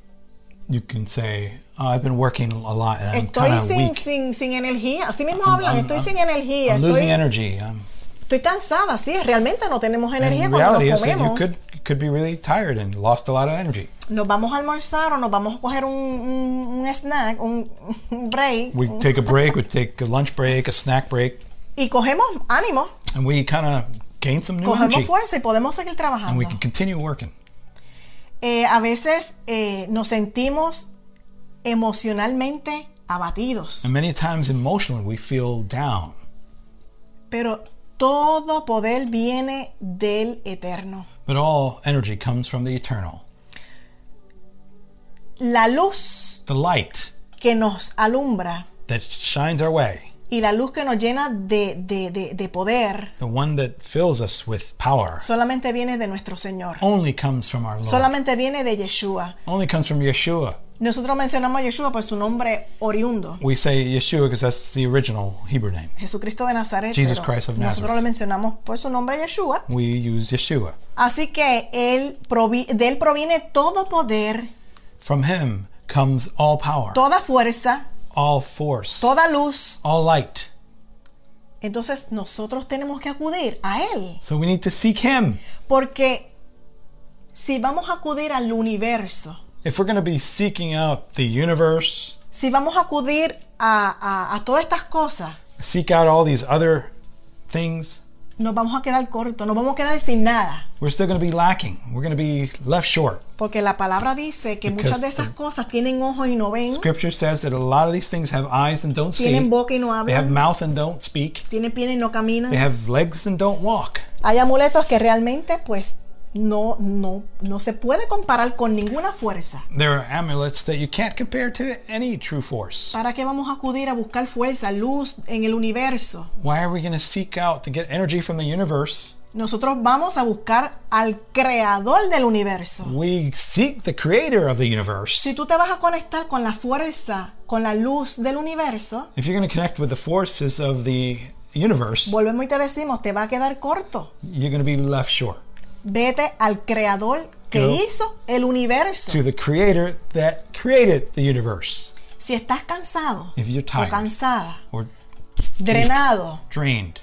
[SPEAKER 2] You can say, oh, "I've been working a lot, and I'm kind
[SPEAKER 1] estoy
[SPEAKER 2] of
[SPEAKER 1] sin,
[SPEAKER 2] weak.
[SPEAKER 1] sin, sin energía. Así mismo
[SPEAKER 2] I'm-
[SPEAKER 1] hablan,
[SPEAKER 2] I'm-
[SPEAKER 1] estoy
[SPEAKER 2] I'm-
[SPEAKER 1] sin energía,
[SPEAKER 2] I'm losing
[SPEAKER 1] estoy,
[SPEAKER 2] energy." Um,
[SPEAKER 1] estoy cansada, sí, realmente no tenemos energía
[SPEAKER 2] and the
[SPEAKER 1] cuando
[SPEAKER 2] reality
[SPEAKER 1] nos
[SPEAKER 2] is that you
[SPEAKER 1] comemos.
[SPEAKER 2] could could be really tired and lost a lot of energy.
[SPEAKER 1] Nos vamos a almorzar o nos vamos a coger un, un- un snack, un, un break,
[SPEAKER 2] We
[SPEAKER 1] un-
[SPEAKER 2] take a break, we take a lunch break, a snack break,
[SPEAKER 1] y cogemos ánimo,
[SPEAKER 2] and we kind of gain some new
[SPEAKER 1] cogemos
[SPEAKER 2] energy.
[SPEAKER 1] fuerza y podemos seguir
[SPEAKER 2] And we
[SPEAKER 1] trabajando.
[SPEAKER 2] can continue working.
[SPEAKER 1] Eh, a veces eh, nos sentimos emocionalmente abatidos,
[SPEAKER 2] And many times emotionally we feel down.
[SPEAKER 1] pero todo poder viene del Eterno.
[SPEAKER 2] But all energy comes from the eternal.
[SPEAKER 1] La luz
[SPEAKER 2] The light
[SPEAKER 1] que nos alumbra
[SPEAKER 2] that shines our way,
[SPEAKER 1] y la luz que nos llena de, de- de- de poder
[SPEAKER 2] the one that fills us with power,
[SPEAKER 1] solamente viene de nuestro Señor,
[SPEAKER 2] only comes from our Lord.
[SPEAKER 1] solamente viene de Yeshua.
[SPEAKER 2] only comes from Yeshua.
[SPEAKER 1] Nosotros mencionamos a Yeshua por su nombre oriundo,
[SPEAKER 2] We say Yeshua because that's the original Hebrew name.
[SPEAKER 1] Jesucristo de Nazaret.
[SPEAKER 2] Jesus
[SPEAKER 1] pero
[SPEAKER 2] Christ of
[SPEAKER 1] nosotros
[SPEAKER 2] Nazareth.
[SPEAKER 1] lo mencionamos por su nombre Yeshua.
[SPEAKER 2] We use Yeshua.
[SPEAKER 1] Así que él provi- de él proviene todo poder,
[SPEAKER 2] From him comes all power,
[SPEAKER 1] toda fuerza,
[SPEAKER 2] all force,
[SPEAKER 1] toda luz.
[SPEAKER 2] all light.
[SPEAKER 1] Entonces nosotros tenemos que acudir a él,
[SPEAKER 2] So we need to seek him.
[SPEAKER 1] porque si vamos a acudir al universo,
[SPEAKER 2] If we're going to be seeking out the universe,
[SPEAKER 1] si vamos a acudir a, a- a todas estas cosas,
[SPEAKER 2] seek out all these other things,
[SPEAKER 1] nos vamos a quedar cortos, nos vamos a quedar sin nada,
[SPEAKER 2] we're still going to be lacking. We're going to be left short.
[SPEAKER 1] porque la palabra dice que muchas de esas cosas tienen ojos y no ven,
[SPEAKER 2] Scripture says that a lot of these things have eyes and don't see,
[SPEAKER 1] tienen boca y no
[SPEAKER 2] they have
[SPEAKER 1] hablan,
[SPEAKER 2] mouth and don't speak,
[SPEAKER 1] tienen pies y no
[SPEAKER 2] they
[SPEAKER 1] caminan.
[SPEAKER 2] have legs and don't walk.
[SPEAKER 1] Hay amuletos que realmente pues no, no, no se puede comparar con ninguna fuerza.
[SPEAKER 2] There are amulets that you can't compare to any true force.
[SPEAKER 1] ¿Para qué vamos a acudir a buscar fuerza, luz en el universo?
[SPEAKER 2] Why are we going to seek out to get energy from the universe?
[SPEAKER 1] Nosotros vamos a buscar al creador del universo.
[SPEAKER 2] We seek the creator of the universe.
[SPEAKER 1] Si tú te vas a conectar con la fuerza, con la luz del universo,
[SPEAKER 2] If you're going to connect with the forces of the universe,
[SPEAKER 1] volvemos y te decimos, te va a quedar corto.
[SPEAKER 2] you're going to be left short.
[SPEAKER 1] Vete al creador que
[SPEAKER 2] Creo-
[SPEAKER 1] hizo el universo.
[SPEAKER 2] to the creator that created the universe.
[SPEAKER 1] Si estás cansado
[SPEAKER 2] If you're
[SPEAKER 1] o
[SPEAKER 2] tired
[SPEAKER 1] cansada,
[SPEAKER 2] or
[SPEAKER 1] drenado,
[SPEAKER 2] drained,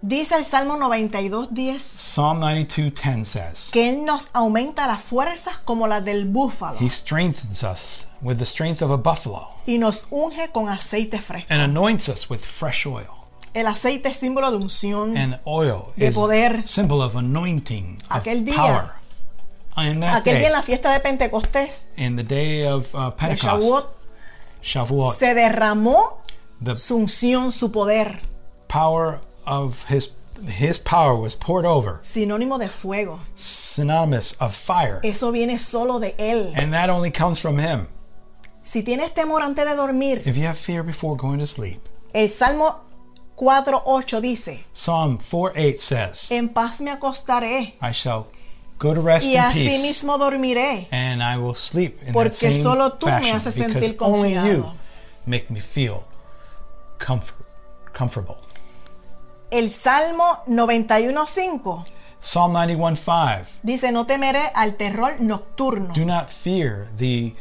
[SPEAKER 1] dice el Salmo 92.10
[SPEAKER 2] Psalm 92:10 says,
[SPEAKER 1] que Él nos aumenta las fuerzas como las del búfalo
[SPEAKER 2] "He strengthens us with the strength of a buffalo
[SPEAKER 1] y nos unge con aceite fresco.
[SPEAKER 2] and anoints us with fresh oil."
[SPEAKER 1] El aceite es símbolo de unción.
[SPEAKER 2] And oil
[SPEAKER 1] De
[SPEAKER 2] is
[SPEAKER 1] poder.
[SPEAKER 2] symbol of anointing, of
[SPEAKER 1] Aquel día.
[SPEAKER 2] power. In that
[SPEAKER 1] Aquel día en
[SPEAKER 2] day,
[SPEAKER 1] la fiesta de Pentecostés,
[SPEAKER 2] in the day of uh,
[SPEAKER 1] de
[SPEAKER 2] Pentecost,
[SPEAKER 1] Shavuot,
[SPEAKER 2] Shavuot,
[SPEAKER 1] se derramó
[SPEAKER 2] the
[SPEAKER 1] su unción, su poder,
[SPEAKER 2] power of his his power was poured over,
[SPEAKER 1] sinónimo de fuego.
[SPEAKER 2] synonymous of fire,
[SPEAKER 1] Eso viene solo de Él.
[SPEAKER 2] Eh. and that only comes from him.
[SPEAKER 1] Si tienes temor antes de dormir,
[SPEAKER 2] If you have fear before going to sleep,
[SPEAKER 1] el Salmo 4.8 dice,
[SPEAKER 2] Psalm 4 8 says,
[SPEAKER 1] en paz me acostaré
[SPEAKER 2] I shall go to rest
[SPEAKER 1] y
[SPEAKER 2] in
[SPEAKER 1] así
[SPEAKER 2] peace,
[SPEAKER 1] mismo dormiré.
[SPEAKER 2] and I will sleep in
[SPEAKER 1] Porque
[SPEAKER 2] that same
[SPEAKER 1] solo tú me
[SPEAKER 2] fashion,
[SPEAKER 1] haces
[SPEAKER 2] because
[SPEAKER 1] sentir
[SPEAKER 2] only you
[SPEAKER 1] confiado."
[SPEAKER 2] make me feel comfort, comfortable.
[SPEAKER 1] El Salmo 91.5
[SPEAKER 2] Psalm 91 5
[SPEAKER 1] dice, no temeré al terror nocturno.
[SPEAKER 2] Do not fear the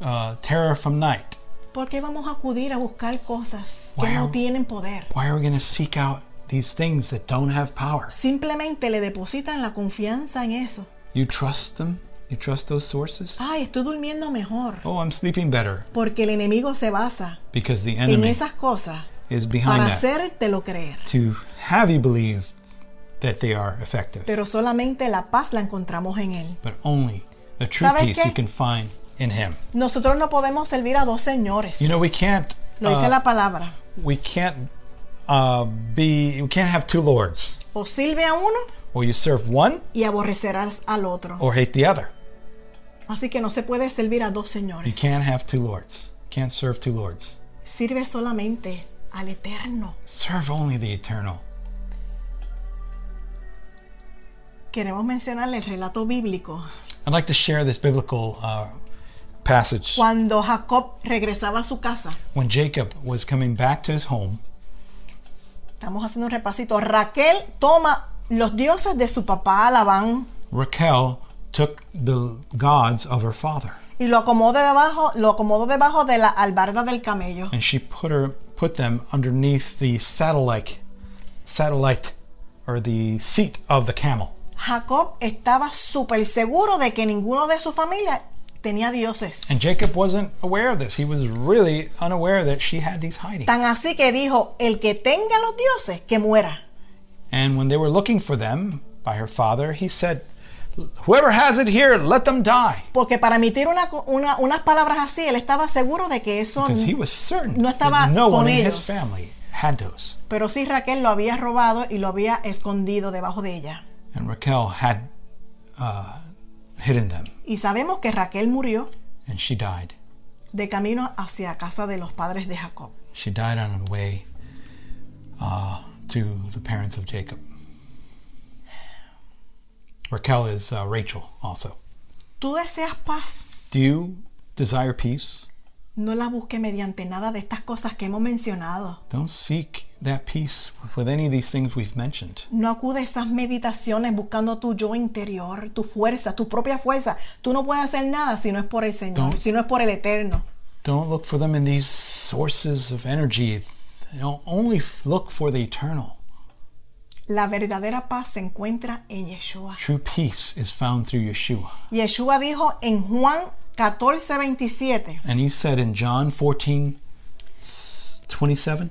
[SPEAKER 2] uh, terror from night.
[SPEAKER 1] ¿Por qué vamos a acudir a buscar cosas que
[SPEAKER 2] Why are-
[SPEAKER 1] no tienen poder?
[SPEAKER 2] Why are we going to seek out these things that don't have power?
[SPEAKER 1] Simplemente le depositan la confianza en eso.
[SPEAKER 2] You trust them? You trust those sources?
[SPEAKER 1] Ay, estoy durmiendo mejor.
[SPEAKER 2] Oh, I'm sleeping better
[SPEAKER 1] Porque el enemigo se basa
[SPEAKER 2] because the
[SPEAKER 1] en
[SPEAKER 2] enemy
[SPEAKER 1] esas cosas
[SPEAKER 2] is
[SPEAKER 1] para
[SPEAKER 2] behind that
[SPEAKER 1] hacértelo creer.
[SPEAKER 2] to have you believe that they are effective.
[SPEAKER 1] Pero solamente la paz la encontramos en él.
[SPEAKER 2] but only the true
[SPEAKER 1] ¿Sabes
[SPEAKER 2] peace
[SPEAKER 1] qué?
[SPEAKER 2] you can find in Him.
[SPEAKER 1] Nosotros no podemos servir a dos señores.
[SPEAKER 2] You know, we can't.
[SPEAKER 1] Lo dice
[SPEAKER 2] uh,
[SPEAKER 1] la palabra.
[SPEAKER 2] we can't uh, be. We can't have two lords,
[SPEAKER 1] O sirve a uno
[SPEAKER 2] or you serve one
[SPEAKER 1] y aborrecerás al otro.
[SPEAKER 2] or hate the other.
[SPEAKER 1] Así que no se puede servir a dos
[SPEAKER 2] You
[SPEAKER 1] señores.
[SPEAKER 2] can't have two lords. Can't serve two lords.
[SPEAKER 1] Sirve solamente al eterno.
[SPEAKER 2] Serve only the eternal.
[SPEAKER 1] Queremos mencionar el relato bíblico.
[SPEAKER 2] I'd like to share this biblical uh, passage.
[SPEAKER 1] Cuando Jacob regresaba a su casa,
[SPEAKER 2] When Jacob was coming back to his home,
[SPEAKER 1] estamos haciendo un repasito. Raquel toma los dioses de su papá Labán
[SPEAKER 2] Raquel took the gods of her father
[SPEAKER 1] y lo acomodó debajo, lo acomodó debajo de la albarda del camello.
[SPEAKER 2] and she put her put them underneath the satellite satellite or the seat of the camel.
[SPEAKER 1] Jacob estaba súper seguro de que ninguno de su familia tenía dioses.
[SPEAKER 2] And Jacob wasn't aware of this. He was really unaware that she had these hiding.
[SPEAKER 1] Tan así que dijo, el que tenga los dioses, que muera.
[SPEAKER 2] And when they were looking for them by her father, he said, Whoever has it here, let them die.
[SPEAKER 1] Porque para emitir una, co- una- unas palabras así, él estaba seguro de que eso...
[SPEAKER 2] Because he was certain
[SPEAKER 1] No estaba
[SPEAKER 2] that no one
[SPEAKER 1] con
[SPEAKER 2] in
[SPEAKER 1] ellos.
[SPEAKER 2] his family had those.
[SPEAKER 1] Pero sí Raquel lo había robado y lo había escondido debajo de ella.
[SPEAKER 2] And Raquel had uh, hidden them,
[SPEAKER 1] Y sabemos que Raquel murió
[SPEAKER 2] and she died.
[SPEAKER 1] de camino hacia casa de los padres de Jacob.
[SPEAKER 2] She died on the way uh, to the parents of Jacob. Raquel is uh, Rachel also.
[SPEAKER 1] Tú deseas paz.
[SPEAKER 2] Do you desire peace?
[SPEAKER 1] No la busques mediante nada de estas cosas que hemos mencionado.
[SPEAKER 2] Don't seek that peace with any of these things we've mentioned.
[SPEAKER 1] No acude a esas meditaciones buscando tu yo interior, tu fuerza, tu propia fuerza. Tú no puedes hacer nada si no es por el Señor,
[SPEAKER 2] Don't-
[SPEAKER 1] si no es por el Eterno.
[SPEAKER 2] Don't look for them in these sources of energy. You know, only look for the eternal.
[SPEAKER 1] La verdadera paz se encuentra en Yeshua.
[SPEAKER 2] True peace is found through Yeshua.
[SPEAKER 1] Yeshua dijo en Juan 14, 27.
[SPEAKER 2] And he said in John 14, 27?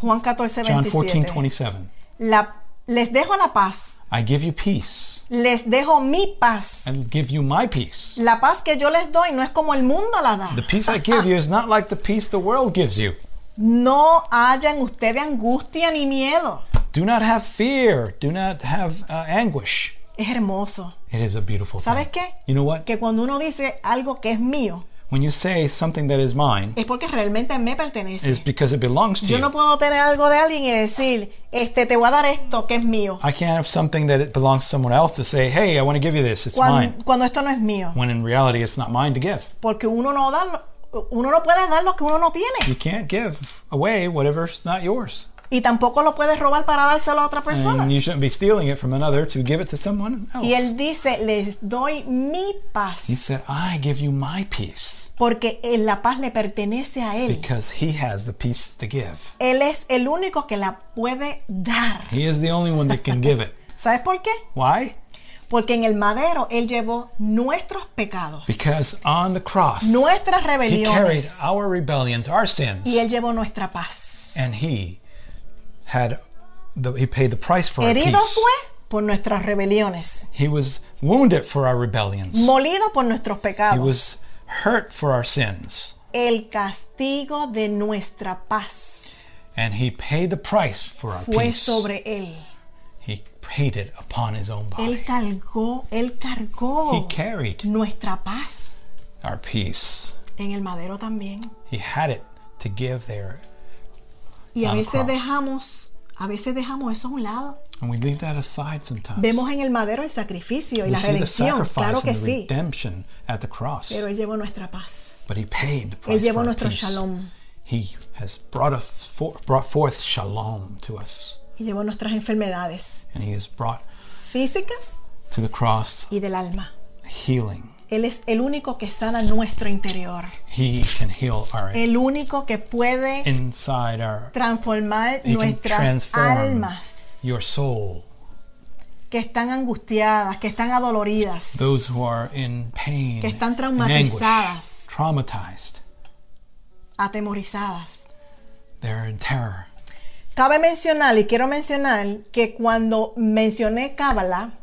[SPEAKER 1] Juan 14,
[SPEAKER 2] John 14,
[SPEAKER 1] 27.
[SPEAKER 2] 27.
[SPEAKER 1] La- les dejo la paz.
[SPEAKER 2] I give you peace.
[SPEAKER 1] Les dejo mi paz.
[SPEAKER 2] I give you my peace.
[SPEAKER 1] La paz que yo les doy no es como el mundo la da.
[SPEAKER 2] The peace I give you is not like the peace the world gives you.
[SPEAKER 1] No haya en usted angustia ni miedo.
[SPEAKER 2] Do not have fear. Do not have uh, anguish.
[SPEAKER 1] Es hermoso.
[SPEAKER 2] It is a beautiful thing.
[SPEAKER 1] ¿Sabes qué?
[SPEAKER 2] You know what?
[SPEAKER 1] Que cuando uno dice algo que es mío,
[SPEAKER 2] When you say something that is mine,
[SPEAKER 1] es porque realmente me pertenece.
[SPEAKER 2] is because it belongs to
[SPEAKER 1] Yo
[SPEAKER 2] you.
[SPEAKER 1] no puedo tener algo de alguien y decir, este, te voy a dar esto que es mío,
[SPEAKER 2] I can't have something that it belongs to someone else to say, hey, I want to give you this, it's
[SPEAKER 1] cuando,
[SPEAKER 2] mine.
[SPEAKER 1] cuando esto no es mío.
[SPEAKER 2] When in reality, it's not mine to give.
[SPEAKER 1] Porque uno no da, lo- uno no puede dar lo que uno no tiene.
[SPEAKER 2] You can't give away whatever's not yours.
[SPEAKER 1] Y tampoco lo puedes robar para dárselo a otra persona.
[SPEAKER 2] And you shouldn't be stealing it from another to give it to someone else.
[SPEAKER 1] Y él dice, les doy mi
[SPEAKER 2] he
[SPEAKER 1] paz,
[SPEAKER 2] said, I give you my peace
[SPEAKER 1] porque eh, la paz le pertenece a él.
[SPEAKER 2] because he has the peace to give.
[SPEAKER 1] Él es el único que la puede dar.
[SPEAKER 2] He is the only one that can give it.
[SPEAKER 1] ¿Sabes por qué?
[SPEAKER 2] Why?
[SPEAKER 1] Porque en el madero Él llevó nuestros pecados,
[SPEAKER 2] Because on the cross,
[SPEAKER 1] nuestras
[SPEAKER 2] he carried
[SPEAKER 1] rebeliones
[SPEAKER 2] our rebellions, our sins,
[SPEAKER 1] y Él llevó nuestra paz.
[SPEAKER 2] and he had the, he paid the price for our
[SPEAKER 1] Herido
[SPEAKER 2] peace.
[SPEAKER 1] fue por nuestras rebeliones,
[SPEAKER 2] He was wounded for our rebellions.
[SPEAKER 1] molido por nuestros
[SPEAKER 2] He
[SPEAKER 1] pecados.
[SPEAKER 2] was hurt for our sins.
[SPEAKER 1] El castigo de nuestra paz
[SPEAKER 2] And he paid the price for our
[SPEAKER 1] fue
[SPEAKER 2] peace.
[SPEAKER 1] sobre Él.
[SPEAKER 2] He paid it upon his own
[SPEAKER 1] Él
[SPEAKER 2] body.
[SPEAKER 1] cargó, Él
[SPEAKER 2] He
[SPEAKER 1] cargó
[SPEAKER 2] carried
[SPEAKER 1] nuestra paz.
[SPEAKER 2] our peace.
[SPEAKER 1] en el madero también.
[SPEAKER 2] He had it to give there,
[SPEAKER 1] Y a
[SPEAKER 2] On a
[SPEAKER 1] veces
[SPEAKER 2] cross.
[SPEAKER 1] dejamos, a veces dejamos eso a un lado.
[SPEAKER 2] and we leave that aside sometimes.
[SPEAKER 1] Vemos en el madero el sacrificio y
[SPEAKER 2] we
[SPEAKER 1] la
[SPEAKER 2] see the
[SPEAKER 1] redención,
[SPEAKER 2] sacrifice
[SPEAKER 1] claro que
[SPEAKER 2] and the
[SPEAKER 1] sí,
[SPEAKER 2] redemption at the cross,
[SPEAKER 1] pero él llevó nuestra paz.
[SPEAKER 2] but He paid the
[SPEAKER 1] Él
[SPEAKER 2] price
[SPEAKER 1] llevó
[SPEAKER 2] for our
[SPEAKER 1] nuestro
[SPEAKER 2] peace.
[SPEAKER 1] shalom
[SPEAKER 2] He has brought, us for, brought forth shalom to us,
[SPEAKER 1] y llevó nuestras enfermedades
[SPEAKER 2] and He has brought
[SPEAKER 1] físicas
[SPEAKER 2] to the cross
[SPEAKER 1] y del alma.
[SPEAKER 2] healing.
[SPEAKER 1] Él es el único que sana nuestro interior,
[SPEAKER 2] He can heal our
[SPEAKER 1] el único que puede
[SPEAKER 2] inside, our
[SPEAKER 1] transformar
[SPEAKER 2] He can
[SPEAKER 1] nuestras
[SPEAKER 2] transform
[SPEAKER 1] almas
[SPEAKER 2] your soul.
[SPEAKER 1] que están angustiadas, que están adoloridas.
[SPEAKER 2] Those who are in pain,
[SPEAKER 1] Que están
[SPEAKER 2] in anguish,
[SPEAKER 1] traumatizadas.
[SPEAKER 2] traumatized,
[SPEAKER 1] atemorizadas.
[SPEAKER 2] they're in terror.
[SPEAKER 1] Cabe mencionar y quiero mencionar que cuando mencioné Cábala,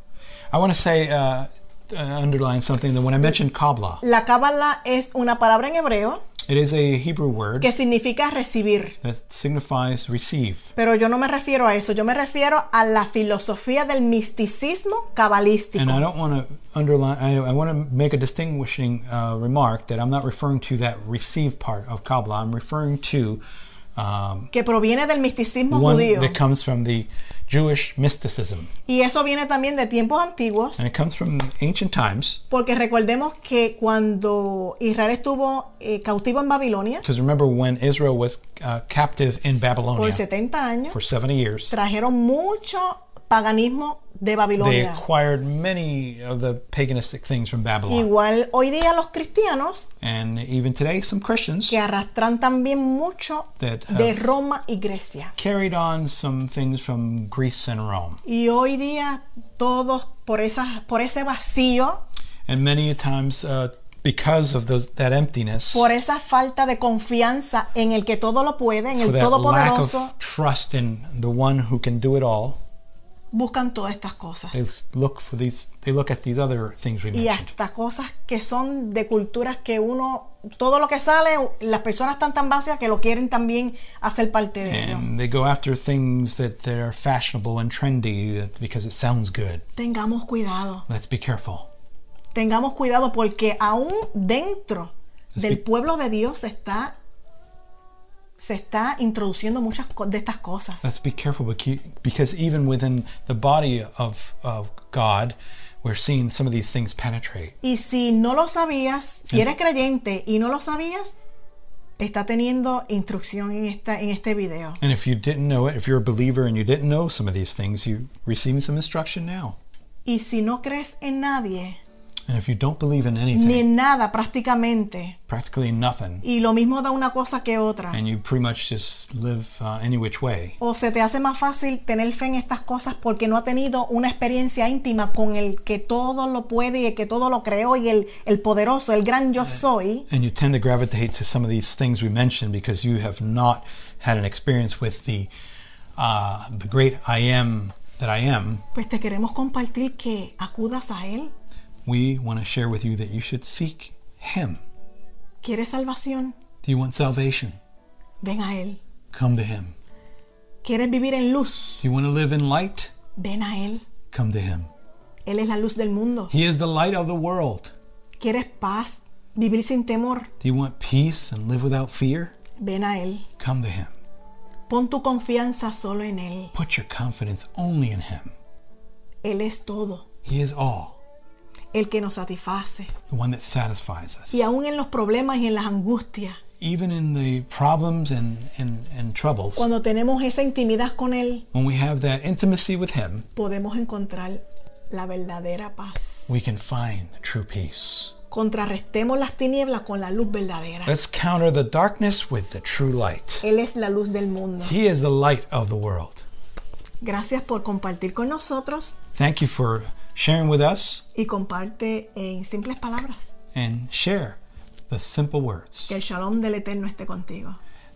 [SPEAKER 2] I want to say, uh, uh, underline something that when I mentioned Kabbalah,
[SPEAKER 1] la Cábala es una palabra en hebreo
[SPEAKER 2] it is a Hebrew word
[SPEAKER 1] que significa recibir.
[SPEAKER 2] that signifies receive.
[SPEAKER 1] Pero yo no me refiero a eso, yo me refiero a la filosofía del misticismo
[SPEAKER 2] And uh, I
[SPEAKER 1] cabalístico.
[SPEAKER 2] don't want to underline, I, I want to make a distinguishing uh, remark that I'm not referring to that receive part of Kabbalah. I'm referring to um,
[SPEAKER 1] que proviene del misticismo
[SPEAKER 2] one
[SPEAKER 1] judío.
[SPEAKER 2] that comes from the Jewish mysticism.
[SPEAKER 1] Y eso viene también de tiempos antiguos,
[SPEAKER 2] And it comes from ancient times.
[SPEAKER 1] porque recordemos que cuando Israel estuvo eh, cautivo en Babilonia
[SPEAKER 2] Because remember when Israel was uh, captive in
[SPEAKER 1] por
[SPEAKER 2] Babylonia
[SPEAKER 1] 70 años,
[SPEAKER 2] for 70 years,
[SPEAKER 1] trajeron mucho paganismo de
[SPEAKER 2] they
[SPEAKER 1] Babilonia.
[SPEAKER 2] acquired many of the paganistic things from Babylon.
[SPEAKER 1] Igual hoy día los cristianos
[SPEAKER 2] And even today, some Christians
[SPEAKER 1] que arrastran también mucho
[SPEAKER 2] That have-
[SPEAKER 1] de Roma y Grecia.
[SPEAKER 2] carried on some things from Greece and Rome.
[SPEAKER 1] Y hoy día todos por, esas, por ese vacío,
[SPEAKER 2] And many times, uh, because of those that emptiness,
[SPEAKER 1] por esa falta de confianza en el que todo lo puede, en
[SPEAKER 2] for
[SPEAKER 1] el
[SPEAKER 2] that lack
[SPEAKER 1] Todopoderoso,
[SPEAKER 2] of trust in the one who can do it all,
[SPEAKER 1] buscan todas estas cosas.
[SPEAKER 2] they s- look for these. They look at these other things we
[SPEAKER 1] Y
[SPEAKER 2] mentioned.
[SPEAKER 1] hasta cosas que son de culturas que uno, todo lo que sale, las personas están tan vacías que lo quieren también hacer parte de ello.
[SPEAKER 2] And they go after things that that are fashionable and trendy uh, because it sounds good.
[SPEAKER 1] Tengamos cuidado,
[SPEAKER 2] Let's be careful.
[SPEAKER 1] tengamos cuidado porque aún dentro
[SPEAKER 2] Es
[SPEAKER 1] del
[SPEAKER 2] que-
[SPEAKER 1] pueblo de Dios se está, se está introduciendo muchas co- de estas cosas.
[SPEAKER 2] Let's be careful becau- because even within the body of, of God, we're seeing some of these things penetrate.
[SPEAKER 1] Y si no lo sabías, si eres creyente y no lo sabías, está teniendo instrucción en, esta, en este video.
[SPEAKER 2] And if you didn't know it, if you're a believer and you didn't know some of these things, you're receiving some instruction now.
[SPEAKER 1] Y si no crees en nadie,
[SPEAKER 2] And if you don't believe in
[SPEAKER 1] ni
[SPEAKER 2] anything,
[SPEAKER 1] en nada prácticamente,
[SPEAKER 2] practically nothing,
[SPEAKER 1] y lo mismo da una cosa que otra,
[SPEAKER 2] and you pretty much just live uh, any which way,
[SPEAKER 1] o se te hace más fácil tener fe en estas cosas porque no ha tenido una experiencia íntima con el que todo lo puede y el que todo lo creó y el, el poderoso, el gran yo soy,
[SPEAKER 2] and you tend to gravitate to some of these things we mentioned because you have not had an experience with the uh, the great I am that I am.
[SPEAKER 1] pues te queremos compartir que acudas a Él.
[SPEAKER 2] We want to share with you that you should seek Him.
[SPEAKER 1] ¿Quieres salvación?
[SPEAKER 2] Do you want salvation?
[SPEAKER 1] Ven a Él.
[SPEAKER 2] Come to Him.
[SPEAKER 1] ¿Quieres vivir en luz?
[SPEAKER 2] Do you want to live in light?
[SPEAKER 1] Ven a Él.
[SPEAKER 2] Come to Him.
[SPEAKER 1] Él es la luz del mundo.
[SPEAKER 2] He is the light of the world.
[SPEAKER 1] ¿Quieres paz? Vivir sin temor.
[SPEAKER 2] Do you want peace and live without fear?
[SPEAKER 1] Ven a Él.
[SPEAKER 2] Come to Him.
[SPEAKER 1] Pon tu confianza solo en Él.
[SPEAKER 2] Put your confidence only in Him.
[SPEAKER 1] Él es todo,
[SPEAKER 2] He is all,
[SPEAKER 1] el que nos satisface.
[SPEAKER 2] the one that satisfies us.
[SPEAKER 1] Y aún en los problemas y en las angustias,
[SPEAKER 2] Even in the problems and, and, and troubles,
[SPEAKER 1] cuando tenemos esa intimidad con Él,
[SPEAKER 2] when we have that intimacy with Him,
[SPEAKER 1] podemos encontrar la verdadera paz.
[SPEAKER 2] we can find true peace.
[SPEAKER 1] Contrarrestemos las tinieblas con la luz verdadera.
[SPEAKER 2] Let's counter the darkness with the true light.
[SPEAKER 1] Él es la luz del mundo.
[SPEAKER 2] He is the light of the world.
[SPEAKER 1] Gracias por compartir con nosotros
[SPEAKER 2] Thank you for sharing with us
[SPEAKER 1] y comparte en simples palabras.
[SPEAKER 2] and share the simple words
[SPEAKER 1] Que el shalom del Eterno esté contigo.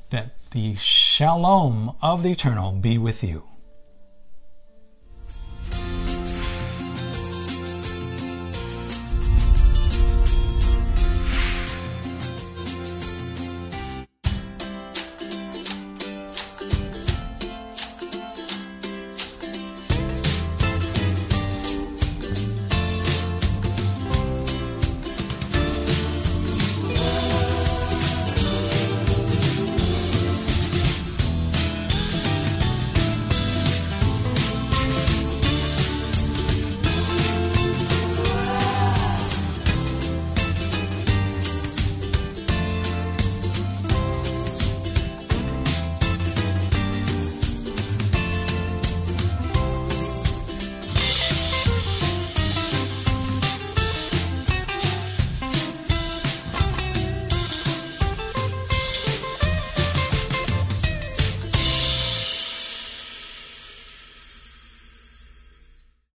[SPEAKER 2] that the shalom of the eternal be with you.